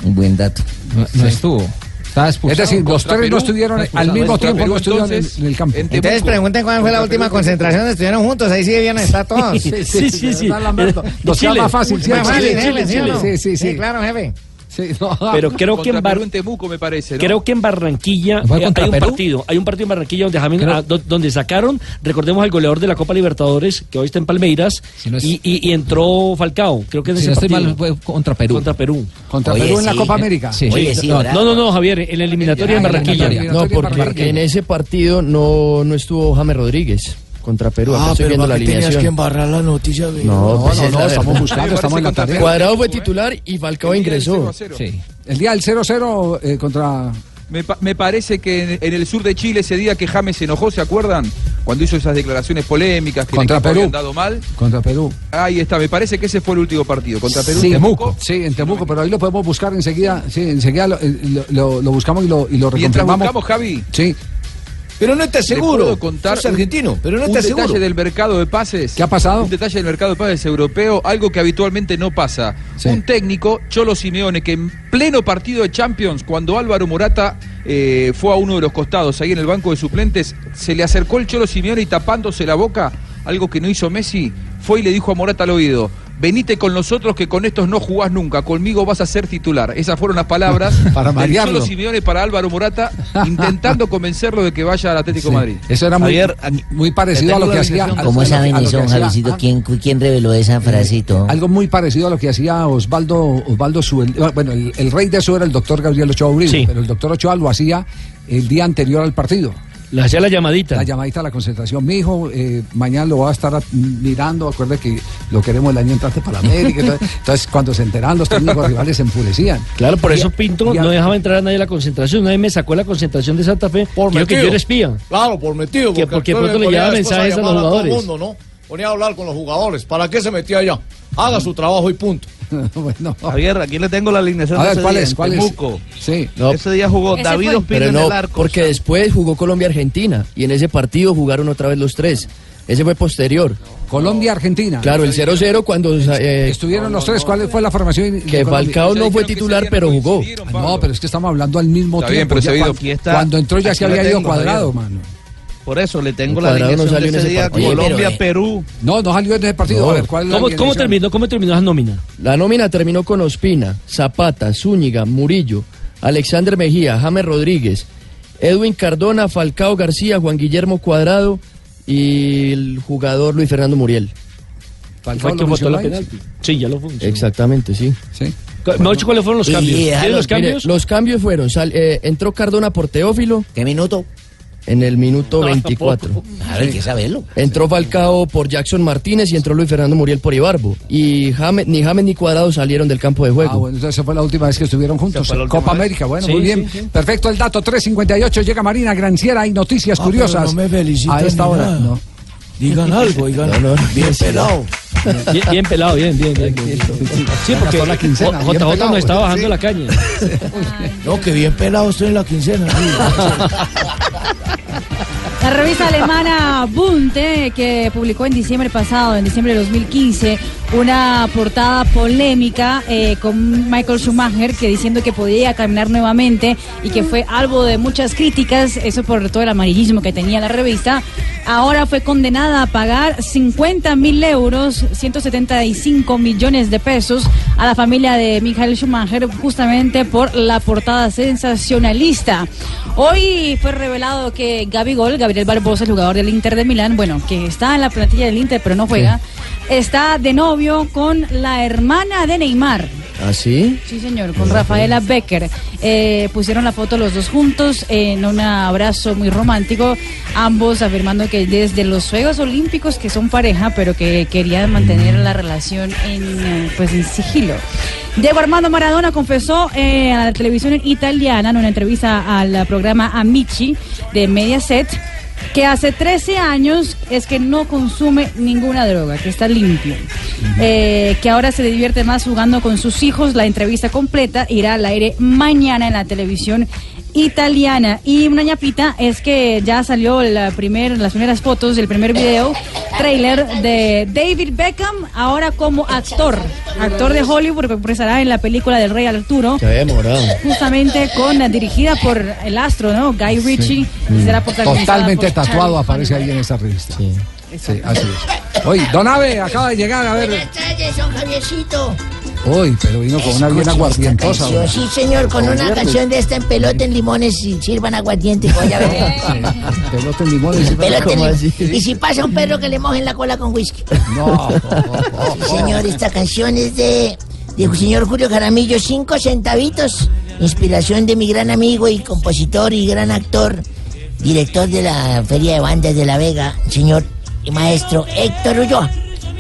Un buen dato.
No, no estuvo. Estaba expulsado.
Es decir, los
Contra
tres
Perú.
no estuvieron
Estaba
al mismo
expulsado.
tiempo, no estuvieron en, el campo.
Entonces pregunten cuál fue la última concentración donde estuvieron juntos. Ahí sí debían estar todos.
Sí, sí, sí, sí. ¿Verdad, Lamberto? Nos
Lo
queda más fácil, ¿sí? Chile, Chile, Chile.
Sí,
Sí,
sí,
sí, sí.
claro, jefe.
Ah.
Pero creo que en Bar-
Temuco, me parece. ¿no?
Creo que en Barranquilla
¿Fue
eh, hay
contra
un
Perú?
partido, hay un partido en Barranquilla donde James- ah, do- donde sacaron, recordemos al goleador de la Copa Libertadores que hoy está en Palmeiras y, y- y entró Falcao, creo que en
Si
ese
no estoy
partido.
mal, fue contra Perú.
Contra Perú.
Contra Oye, Perú en la sí. Copa América. Sí. Oye, sí, Ah,
no,
bravo.
no, no, no, Javier, en la eliminatoria en Barranquilla.
No, porque, en ese partido no, no estuvo James Rodríguez contra Perú. Acá
Ah,
estoy
pero
viendo
¿para
la
qué tenías
alineación.
que embarrar la noticia? güey?
No, pues es la verdad.
Cuadrado
Cuadrado fue titular y Falcao ingresó.
Sí. El día del 0-0 eh, contra...
Me, pa- me parece que en, en el sur de Chile ese día que James se enojó, ¿se acuerdan? Cuando hizo esas declaraciones polémicas que el
Contra
equipo
Perú.
habían dado mal.
Contra Perú.
Ahí está, me parece que ese fue el último partido. Contra Perú.
Sí,
Temuco.
Sí, en Temuco, pero ahí lo podemos buscar enseguida. Sí, enseguida lo, eh, lo- lo- lo buscamos y lo, y lo
Mientras
reconfirmamos.
buscamos, Javi.
Sí.
Pero no está
seguro.
contar
Sos argentino, pero no
un
está
detalle
seguro.
del mercado de pases.
¿Qué ha pasado?
Un detalle del mercado de pases europeo, algo que habitualmente no pasa. Un técnico, Cholo Simeone, que en pleno partido de Champions, cuando Álvaro Morata eh, fue a uno de los costados ahí en el banco de suplentes, se le acercó el Cholo Simeone y tapándose la boca, algo que no hizo Messi, fue y le dijo a Morata al oído. Venite con nosotros que con estos no jugás nunca, conmigo vas a ser titular. Esas fueron las palabras
Para
del
marearlo.
Cholo Simeone para Álvaro Morata, intentando convencerlo de que vaya al Atlético
Sí.
de Madrid.
Eso era muy,
Javier,
muy parecido a lo que hacía. a-
¿Cómo
a lo-
saben
a lo que
eso,
hacía- Ah. Eh,
Javicito? ¿Quién, ¿Quién reveló esa frase y todo?
Algo muy parecido a lo que hacía Osvaldo, Osvaldo Suel- Bueno, el, el rey de eso era el doctor Gabriel Ochoa Uribe, pero el doctor Ochoa lo hacía el día anterior al partido.
Le hacía la llamadita.
La llamadita a la concentración. Mi hijo, eh, mañana lo va a estar a- mirando. Acuerde que lo queremos el año entrante para América. Entonces, entonces, cuando se enteraban los técnicos rivales, se enfurecían.
Claro, por
Y-
eso Pinto
y a-
no dejaba entrar a nadie a la concentración. Nadie me sacó la concentración de Santa Fe. Creo que
metido.
yo era espía.
Claro, por metido.
Que porque
entonces
pronto le
ponía
llegaban
después
mensajes a los
llamar todo el
jugadores.
mundo, ¿no? Ponía a hablar con los jugadores. ¿Para qué se metía allá? Haga su trabajo y punto.
bueno.
Javier, aquí le tengo la alineación.
A
de
ver,
ese
¿cuál
día
es?
en
¿Cuál es?
Ah,
Temuco.
Sí.
Ese día jugó
Ese
David
fue.
Ospina
Pero
en
no,
el arco.
porque después jugó Colombia-Argentina y en ese partido jugaron otra vez los tres. Ese fue posterior.
Colombia-Argentina.
Claro, el 0-0 cuando eh,
Este, Estuvieron los tres. ¿Cuál fue la formación? de
que
Colombia?
Falcao
Pues
no fue titular, pero jugó.
Ah, No, pero es que estamos hablando al mismo
Está
tiempo.
bien, pero
Ya
se ha ido.
cuando-
Aquí está.
Cuando entró ya
Aquí
se
lo
había ido
tengo,
cuadrado,
Javier.
mano.
Por eso le tengo
El
la
cuadrado no
alineación de
salió en
ese
ese
día.
partido. Oye, pero,
Colombia,
eh,
Perú.
No, no salió en ese partido.
No.
A ver, ¿cuál es la
¿Cómo- cómo
alineación?
terminó?
¿Cómo terminó esa nómina?
La nómina terminó con Ospina, Zapata, Zúñiga, Murillo, Alexander Mejía, James Rodríguez, Edwin Cardona, Falcao García, Juan Guillermo Cuadrado y el jugador Luis Fernando Muriel.
Fue que votó la penalti. Sí, ya lo fue.
Exactamente, sí.
Sí.
Me ha dicho cuáles fueron los cambios. ¿Quiénes los cambios?
los cambios fueron, sal- eh, entró Cardona por Teófilo.
¿Qué minuto?
En el minuto 24.
Claro, hay que saberlo.
Entró Falcao por Jackson Martínez y entró Luis Fernando Muriel por Ibarbo. Y James- ni James ni Cuadrado salieron del campo de juego.
Ah, bueno, entonces esa fue la última vez que estuvieron juntos.
Esa fue la última
Copa
vez.
América, Ah, bueno,
Sí,
muy bien.
sí,
Perfecto el dato, 3.58, llega Marina Granciera, hay noticias
Ah,
curiosas.
pero no me felicitan
A esta
ni
hora,
nada.
no.
Digan algo, digan
No, no, no.
Bien pelado.
Bien, bien pelado, bien, bien, bien. bien. Sí,
Ya
porque
gastó la quincena, bien
JJ
pelado,
nos está bajando
sí.
la caña.
No, que bien pelado estoy en la quincena.
La revista alemana Bunte, que publicó en diciembre pasado, en diciembre de 2015, una portada polémica eh, con Michael Schumacher, que diciendo que podía caminar nuevamente y que fue algo de muchas críticas, eso por todo el amarillismo que tenía la revista. Ahora fue condenada a pagar 50 mil euros, 175 millones de pesos, a la familia de Michael Schumacher justamente por la portada sensacionalista. Hoy fue revelado que Gabigol, Gabriel Barbosa, el jugador del Inter de Milán, bueno, que está en la plantilla del Inter pero no juega, está de novio novio con la hermana de Neymar.
¿Ah, sí?
Sí, señor, con Rafaela Becker. Eh, pusieron la foto los dos juntos en un abrazo muy romántico, ambos afirmando que desde los Juegos Olímpicos que son pareja, pero que querían mantener la relación en, eh, pues, en sigilo. Diego Armando Maradona confesó eh, a la televisión italiana en una entrevista al programa Amici de Mediaset que hace 13 años es que no consume ninguna droga, que está limpio, Eh, que ahora se divierte más jugando con sus hijos. La entrevista completa irá al aire mañana en la televisión italiana. Y una ñapita es que ya salió la primer, las primeras fotos del primer video, trailer de David Beckham, ahora como actor, actor de Hollywood, que empezará en la película del Rey Arturo
Se había demorado.
justamente con dirigida por el astro, ¿no? Guy Ritchie
Mm.
y será protagonizada
Totalmente
por
tatuado
Charlie
aparece ahí en esa revista. Sí. así es. Oye, Don Ave acaba de llegar, a ver.
Buenas tardes, don Javiercito.
Uy, pero vino con una bien
Escuche
aguardientosa.
esta canción,
¿verdad?
Sí, señor, con una canción de esta en pelota en limones y sirvan aguardiente. Vaya a ver.
Pelota en limón. dice, pero
Pelota en
¿cómo
limón.
así?
Y si pasa un perro que le mojen la cola con whisky.
No.
Sí, señor, esta canción es de, de señor Julio Jaramillo, cinco centavitos. Inspiración de mi gran amigo y compositor y gran actor, director de la Feria de Bandas de La Vega, señor y maestro Héctor Ulloa.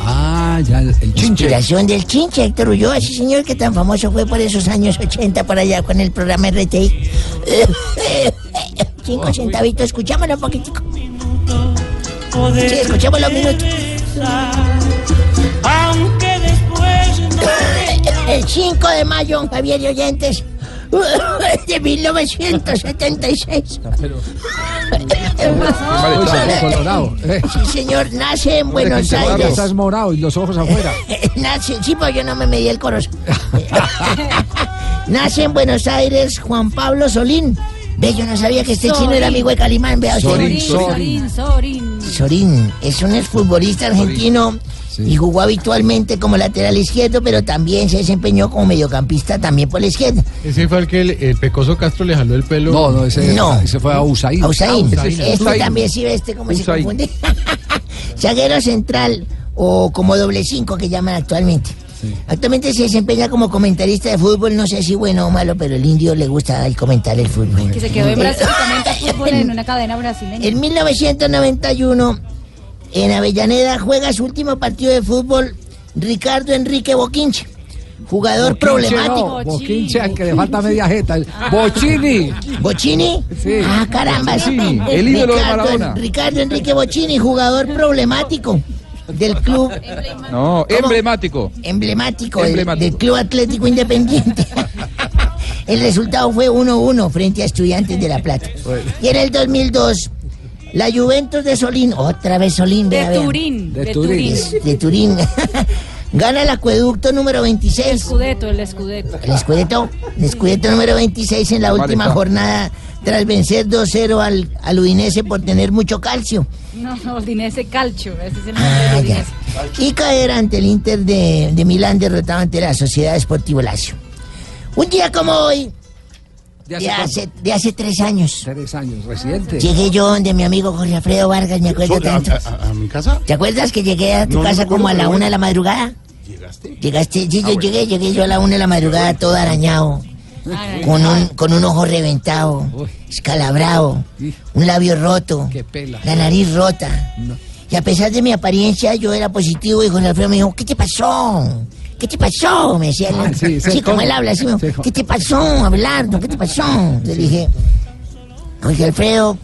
Ah, ya, el chinche.
Inspiración del chinche, Héctor Ulloa, ese señor que tan famoso fue por esos años 80 por allá con el programa RTI.
Ah,
Cinco centavitos, escuchámoslo un poquitico. Sí, escuchémoslo un minuto.
Aunque
El 5 de mayo, don Javier y oyentes, de 1976.
Uy, se fue colorado. Eh.
Sí, señor, nace en
Hombre, que
Buenos
te guarda,
Aires.
Estás morado y los ojos afuera.
Nace, sí, pues yo no me medí el coro. Nace en Buenos Aires Juan Pablo Solín. Ve, yo no sabía que este chino era amigo de Calimán, vea usted.
Sorin, Sorin, Sorin.
Sorín es un exfutbolista argentino y jugó habitualmente como lateral izquierdo, pero también se desempeñó como mediocampista también por la izquierda.
Ese fue el que el, el Pecoso Castro le jaló el pelo.
No, no, ese, ese fue a Usain.
Ausain.
Ah, Usain.
Este
Usain.
también sí ve este cómo se
Usain.
confunde. Zaguero central o como doble cinco que llaman actualmente. Actualmente se desempeña como comentarista de fútbol, no sé si bueno o malo, pero el indio le gusta el comentar el fútbol.
Que se quedó en
Eh,
Brasil, comenta fútbol en una cadena brasileña.
En 1991, en Avellaneda juega su último partido de fútbol Ricardo Enrique Boquinche, jugador
Boquinche no,
problemático.
Boquinche, al que le falta media jeta. Bochini.
¿Bochini?
Sí.
Ah, caramba.
Bochini, el ídolo de Maradona.
Ricardo Enrique Bochini, jugador problemático del club
No, emblemático.
emblemático, del- del Club Atlético Independiente. el resultado fue 1-1 frente a Estudiantes de La Plata. Y en el 2002, la Juventus de Solín, otra vez Solín, vea, vea.
Turín, De de Turín. Turín.
De Turín. Gana el acueducto número 26.
Escudeto, el escudeto.
El escudeto, el escudeto número 26 en la
Vale,
última
pa.
jornada, tras vencer 2-0 al, al Udinese por tener mucho calcio
No, no, Dinese Calcio, ese es el nombre de Udinese.
y caer ante el Inter de, de Milán derrotado ante la Sociedad Esportiva Lazio. Un día como hoy, de hace, de hace tres años.
Tres años, reciente.
Llegué yo donde mi amigo Jorge Alfredo Vargas, me acuerdo
Yo- a-
tanto.
a- a mi
casa? ¿Te acuerdas que llegué a tu
No, no me
casa
acuerdo,
como a la
pero
una
bueno. Ah,
de la madrugada? ¿Llegaste? Llegaste, sí, yo llegué, llegué yo a la una de la madrugada todo arañado, con un, con un ojo reventado, escalabrado, un labio roto, la nariz rota. Y a pesar de mi apariencia, yo era positivo y Jorge Alfredo me dijo, ¿qué te pasó? ¿Qué te pasó? Me decía él.
Ah, sí, sí,
Sí, como
¿cómo?
él habla, así me dijo, ¿qué te pasó, Abelardo? ¿Qué te pasó? Le dije, Jorge Alfredo,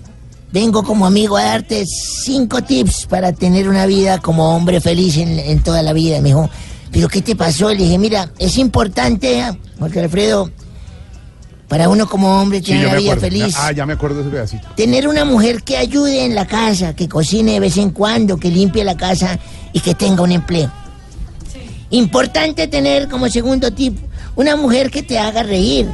vengo como amigo a darte cinco tips para tener una vida como hombre feliz en, en toda la vida. Me dijo, ¿pero qué te pasó? Le dije, mira, es importante, ¿eh? Jorge Alfredo, para uno como hombre
Sí,
tener
yo
una
me
vida
acuerdo.
feliz.
Ah, ya me acuerdo de ese pedacito.
Tener una mujer que ayude en la casa, que cocine de vez en cuando, que limpie la casa y que tenga un empleo. Importante tener como segundo tip una mujer que te haga reír.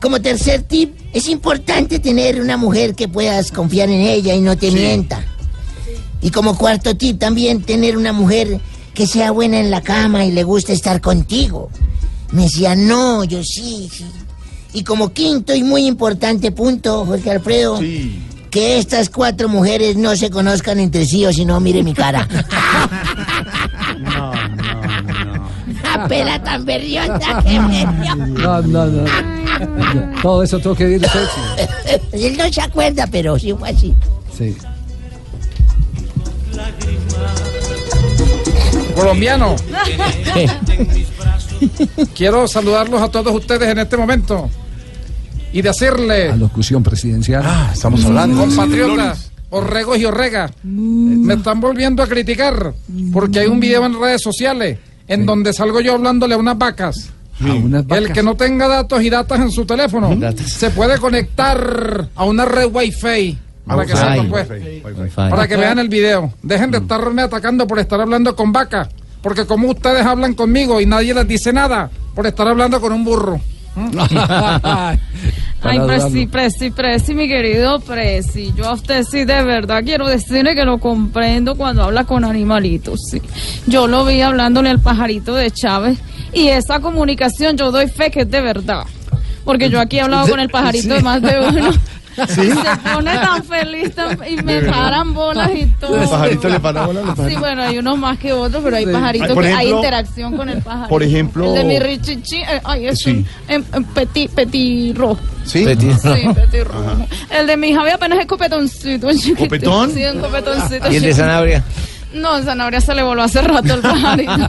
Como tercer tip, es importante tener una mujer que puedas confiar en ella y no te mienta. Y como cuarto tip también tener una mujer que sea buena en la cama y le guste estar contigo. Me decía, no, yo sí, sí. Y como quinto y muy importante punto, Jorge Alfredo, que estas cuatro mujeres no se conozcan entre sí o si no, mire mi cara. pela tan berriota que me dio.
No, no, no. Todo eso tengo que decir usted. sí.
Él no se acuerda, pero sí fue así.
Sí.
Colombiano, quiero saludarlos a todos ustedes en este momento y decirle
La locución presidencial. Ah, estamos
Compatriotas, orregos y orregas, me están volviendo a criticar porque hay un video en redes sociales en donde salgo yo hablándole a unas vacas. El que no tenga datos y datas en su teléfono se puede conectar a una red wifi para que sepan pues. Para que vean el video. Dejen de estarme atacando por estar hablando con vaca. Porque como ustedes hablan conmigo y nadie les dice nada por estar hablando con un burro. ¿Mm?
Ay,
Para
Presi,
dudarlo.
Presi, Presi, mi querido Presi. Yo a usted sí de verdad quiero decirle que lo comprendo cuando habla con animalitos. sí. Yo lo vi hablándole al pajarito de Chávez y esa comunicación yo doy fe que es de verdad. Porque yo aquí he hablado con el pajarito de más de uno.
¿Sí?
Se pone tan feliz tan- y
De
me
verdad.
paran bolas y todo.
Los pajaritos le paran bolas, los
Sí,
pajaritos.
bueno, hay unos más que otros, pero hay
Sí.
pajaritos
Ay, por
que hay
ejemplo-
interacción con el pajarito.
por ejemplo-
El de mi richichi, eh, ay, es
Sí.
un em, em, petit, petit rojo.
¿Sí?
Sí, Petit Rojo. El de mi Javi apenas es copetoncito. es chiquitito.
¿Copetón?
Sí, un copetoncito.
¿Y el de
chiquitito.
Sanabria?
No, Sanabria se le voló hace rato el pajarito.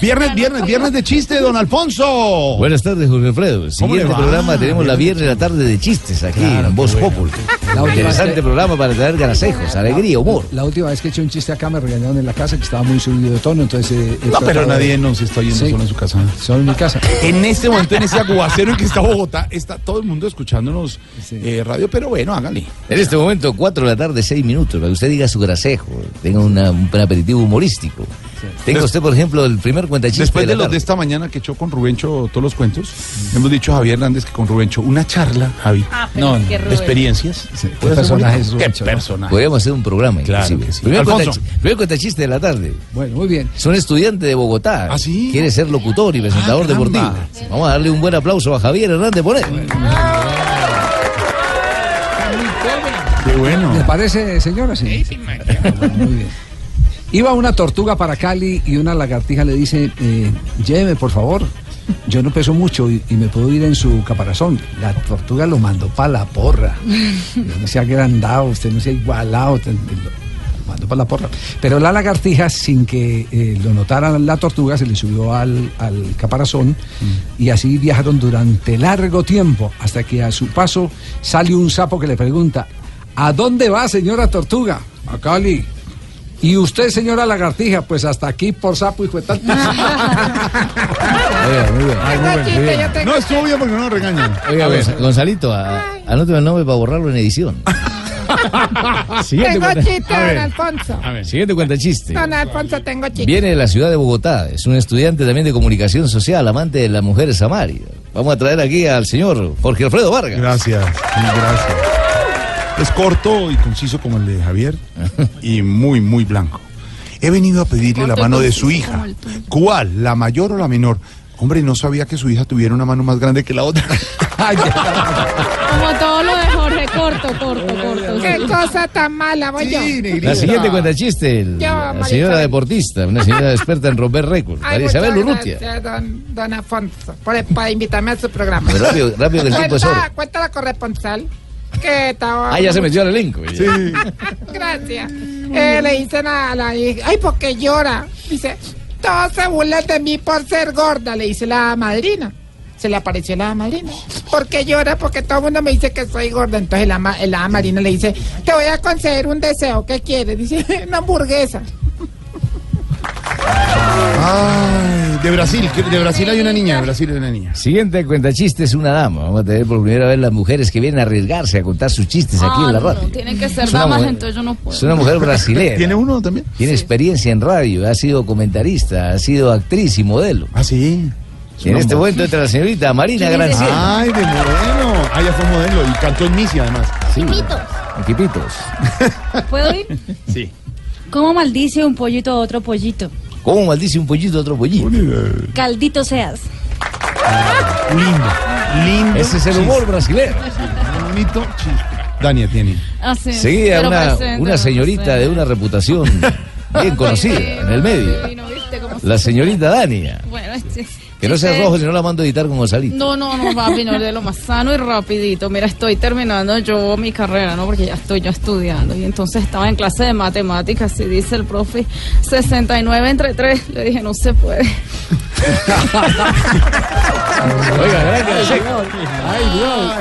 Viernes, viernes, viernes de chiste, don Alfonso.
Buenas tardes, Jorge Alfredo.
le
Siguiente
va?
programa tenemos la viernes de la tarde de chistes aquí en Voz Popul. Interesante programa para traer ganasejos, alegría, humor.
La última vez que eché un chiste acá me regañaron en la casa que estaba muy subido de tono, entonces... eh, he
No, pero
tratado de-
nadie
nos está
oyendo solo en
su casa.
Solo en mi casa.
En este momento, en ese aguacero en que está Bogotá, está todo el mundo escuchándonos eh, radio, pero bueno, háganle.
En este momento, 4 de la tarde, 6 minutos, para que usted diga su grasejo, tenga una- un aperitivo humorístico. Tenga usted, por ejemplo, el primer cuentachiste
Después de
la
los de
tarde.
esta mañana que echó con Rubencho todos los cuentos, hemos dicho a Javier Hernández que con Rubencho una charla, Javi.
Ah, pero es que Rubén.
experiencias.
¿Qué
puede ser
Pues personaje
bonito.
es
¿Qué
Rubencho, no?
personaje?
Podríamos hacer un programa,
Claro
inclusive.
que sí.
Primer,
Alfonso.
cuentach- primer cuentachiste de la tarde.
Bueno, muy bien.
Son estudiantes de Bogotá. Quiere ser locutor y presentador deportivo. Vamos a darle un buen aplauso a Javier Hernández Bonet.
Qué bueno.
¿Le parece, señora? Sí, Bueno, muy bien. Iba una tortuga para Cali y una lagartija le dice, eh, lléveme por favor, yo no peso mucho y, y me puedo ir en su caparazón. La tortuga lo mandó para la porra. Yo no sea agrandado, usted no sea igualado. te- te- lo mandó para la porra. Pero la lagartija, sin que eh, lo notara la tortuga, se le subió al, al caparazón y así viajaron durante largo tiempo hasta que a su paso sale un sapo que le pregunta, ¿a dónde va señora tortuga? A Cali. Y usted, señora lagartija, pues hasta aquí por sapo, hijo de tal.
No, estuvo bien porque no nos regañan.
Oiga, Gonza- Gonzalito, a- anótame el nombre para borrarlo en edición.
Tengo
cuenta-
chiste,
A
don
ver,
Alfonso.
a ver, siguiente cuenta chiste.
Don Alfonso, tengo chiste.
Viene de la ciudad de Bogotá, es un estudiante también de comunicación social, amante de las mujeres amarias. Vamos a traer aquí al señor Jorge Alfredo Vargas.
Gracias, gracias. Es corto y conciso como el de Javier y muy, muy blanco. He venido a pedirle la
Corto y
mano de
conciso
su hija.
como el tuyo.
¿Cuál? ¿La mayor o la menor? Hombre, no sabía que su hija tuviera una mano más grande que la otra.
Como todo lo de Jorge, corto, corto, corto.
Qué cosa tan mala, voy yo.
La
Ah.
siguiente cuenta chiste, el-
Yo,
la
María
señora
Isabel.
deportista, una señora experta en romper récords,
Ay,
María Isabel
muchas
Urrutia.
gracias, Don, don Alfonso, por, por invitarme a su programa.
Pero rápido, rápido, que el tiempo es oro.
cuenta, cuenta la corresponsal que estaba...
Ah, ya se metió al elenco. Sí.
Gracias. Eh, le dicen a la hija, ay, ¿por qué llora? Dice, todos se burlan de mí por ser gorda, le dice la madrina. Se le apareció la madrina. ¿Por qué llora? Porque todo el mundo me dice que soy gorda. Entonces la, ma- eh, la madrina le dice, te voy a conceder un deseo, ¿qué quieres? Dice, una hamburguesa.
Ay, de Brasil, que- de Brasil hay una niña, de Brasil hay una niña.
Siguiente cuenta chiste es una dama. Vamos a tener por primera vez las mujeres que vienen a arriesgarse a contar sus chistes aquí
Ah,
en la
no,
radio.
tienen que ser
Es una
damas,
mujer-
entonces yo no puedo.
Es una mujer brasileña.
¿Tiene uno también?
Tiene experiencia en radio, ha sido comentarista, ha sido actriz y modelo.
Ah, sí.
Y en este momento entra la señorita Marina Granciera.
Ay, de modelo. Ah, ya fue modelo y cantó en Misia además.
Sí.
¿Puedo ir?
Sí.
¿Cómo maldice un pollito a otro pollito?
¿Cómo maldice un pollito a otro pollito?
Caldito seas.
Lindo, lindo.
Ese es el
chiste.
humor brasileño.
Bonito chiste. Dania tiene.
Así es.
Seguida
Ah, Pero
una,
presente,
una
pero
señorita
presente.
de una reputación bien conocida en el medio.
Sí, ¿no viste cómo
La señorita Dania.
Bueno, este.
Que no sea
este-
rojo, si no la mando a editar con Gonzalito.
No, no, no, papi, no, de lo más sano y rapidito. Mira, estoy terminando yo mi carrera, ¿no? Porque ya estoy yo estudiando. Y entonces estaba en clase de matemáticas y dice el profe, 69 entre 3. Le dije, no se puede.
Oiga, gran consejo.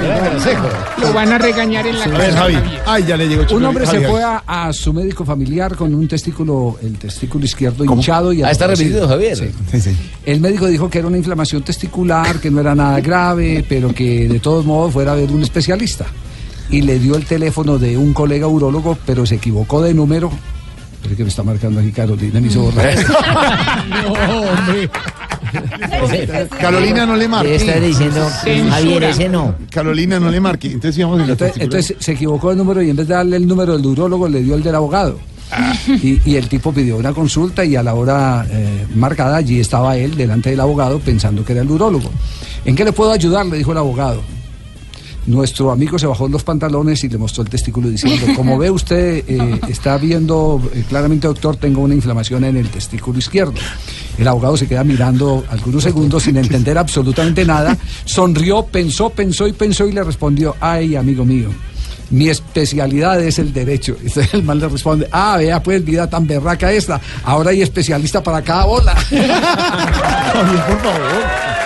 gran consejo.
Lo van a regañar en la
Sí,
casa.
Javi.
Javier.
Ay, ya le llegó
Chucky.
Un hombre se
Javi,
fue a, a su médico familiar con un testículo, el testículo izquierdo hinchado y
Ah, está
adormecido.
remitido, Javier.
Sí. El médico dijo que era una inflamación testicular, que no era nada grave, pero que de todos modos fuera a ver un especialista. Y le dio el teléfono de un colega urólogo, pero se equivocó de número. Pero que me está marcando aquí Carolina, me hizo borrar.
Carolina no le marque.
Está diciendo, Javier, ese no.
Carolina no le marque. Entonces íbamos en la
Entonces,
testicular.
entonces se equivocó de número y en vez de darle el número del urólogo le dio el del abogado.
Ah.
Y, y el tipo pidió una consulta y a la hora eh, marcada allí estaba él delante del abogado pensando que era el urólogo. ¿En qué le puedo ayudar? le dijo el abogado. Nuestro amigo se bajó los pantalones y le mostró el testículo diciendo, como ve usted, eh, está viendo eh, claramente, doctor, tengo una inflamación en el testículo izquierdo. El abogado se queda mirando algunos segundos sin entender absolutamente nada, sonrió, pensó, pensó y pensó y le respondió, ay, amigo mío. Mi especialidad es el derecho. Entonces el mal le responde, ah, vea pues, vida tan berraca esta. Ahora hay especialista para cada bola.
Javier, por favor.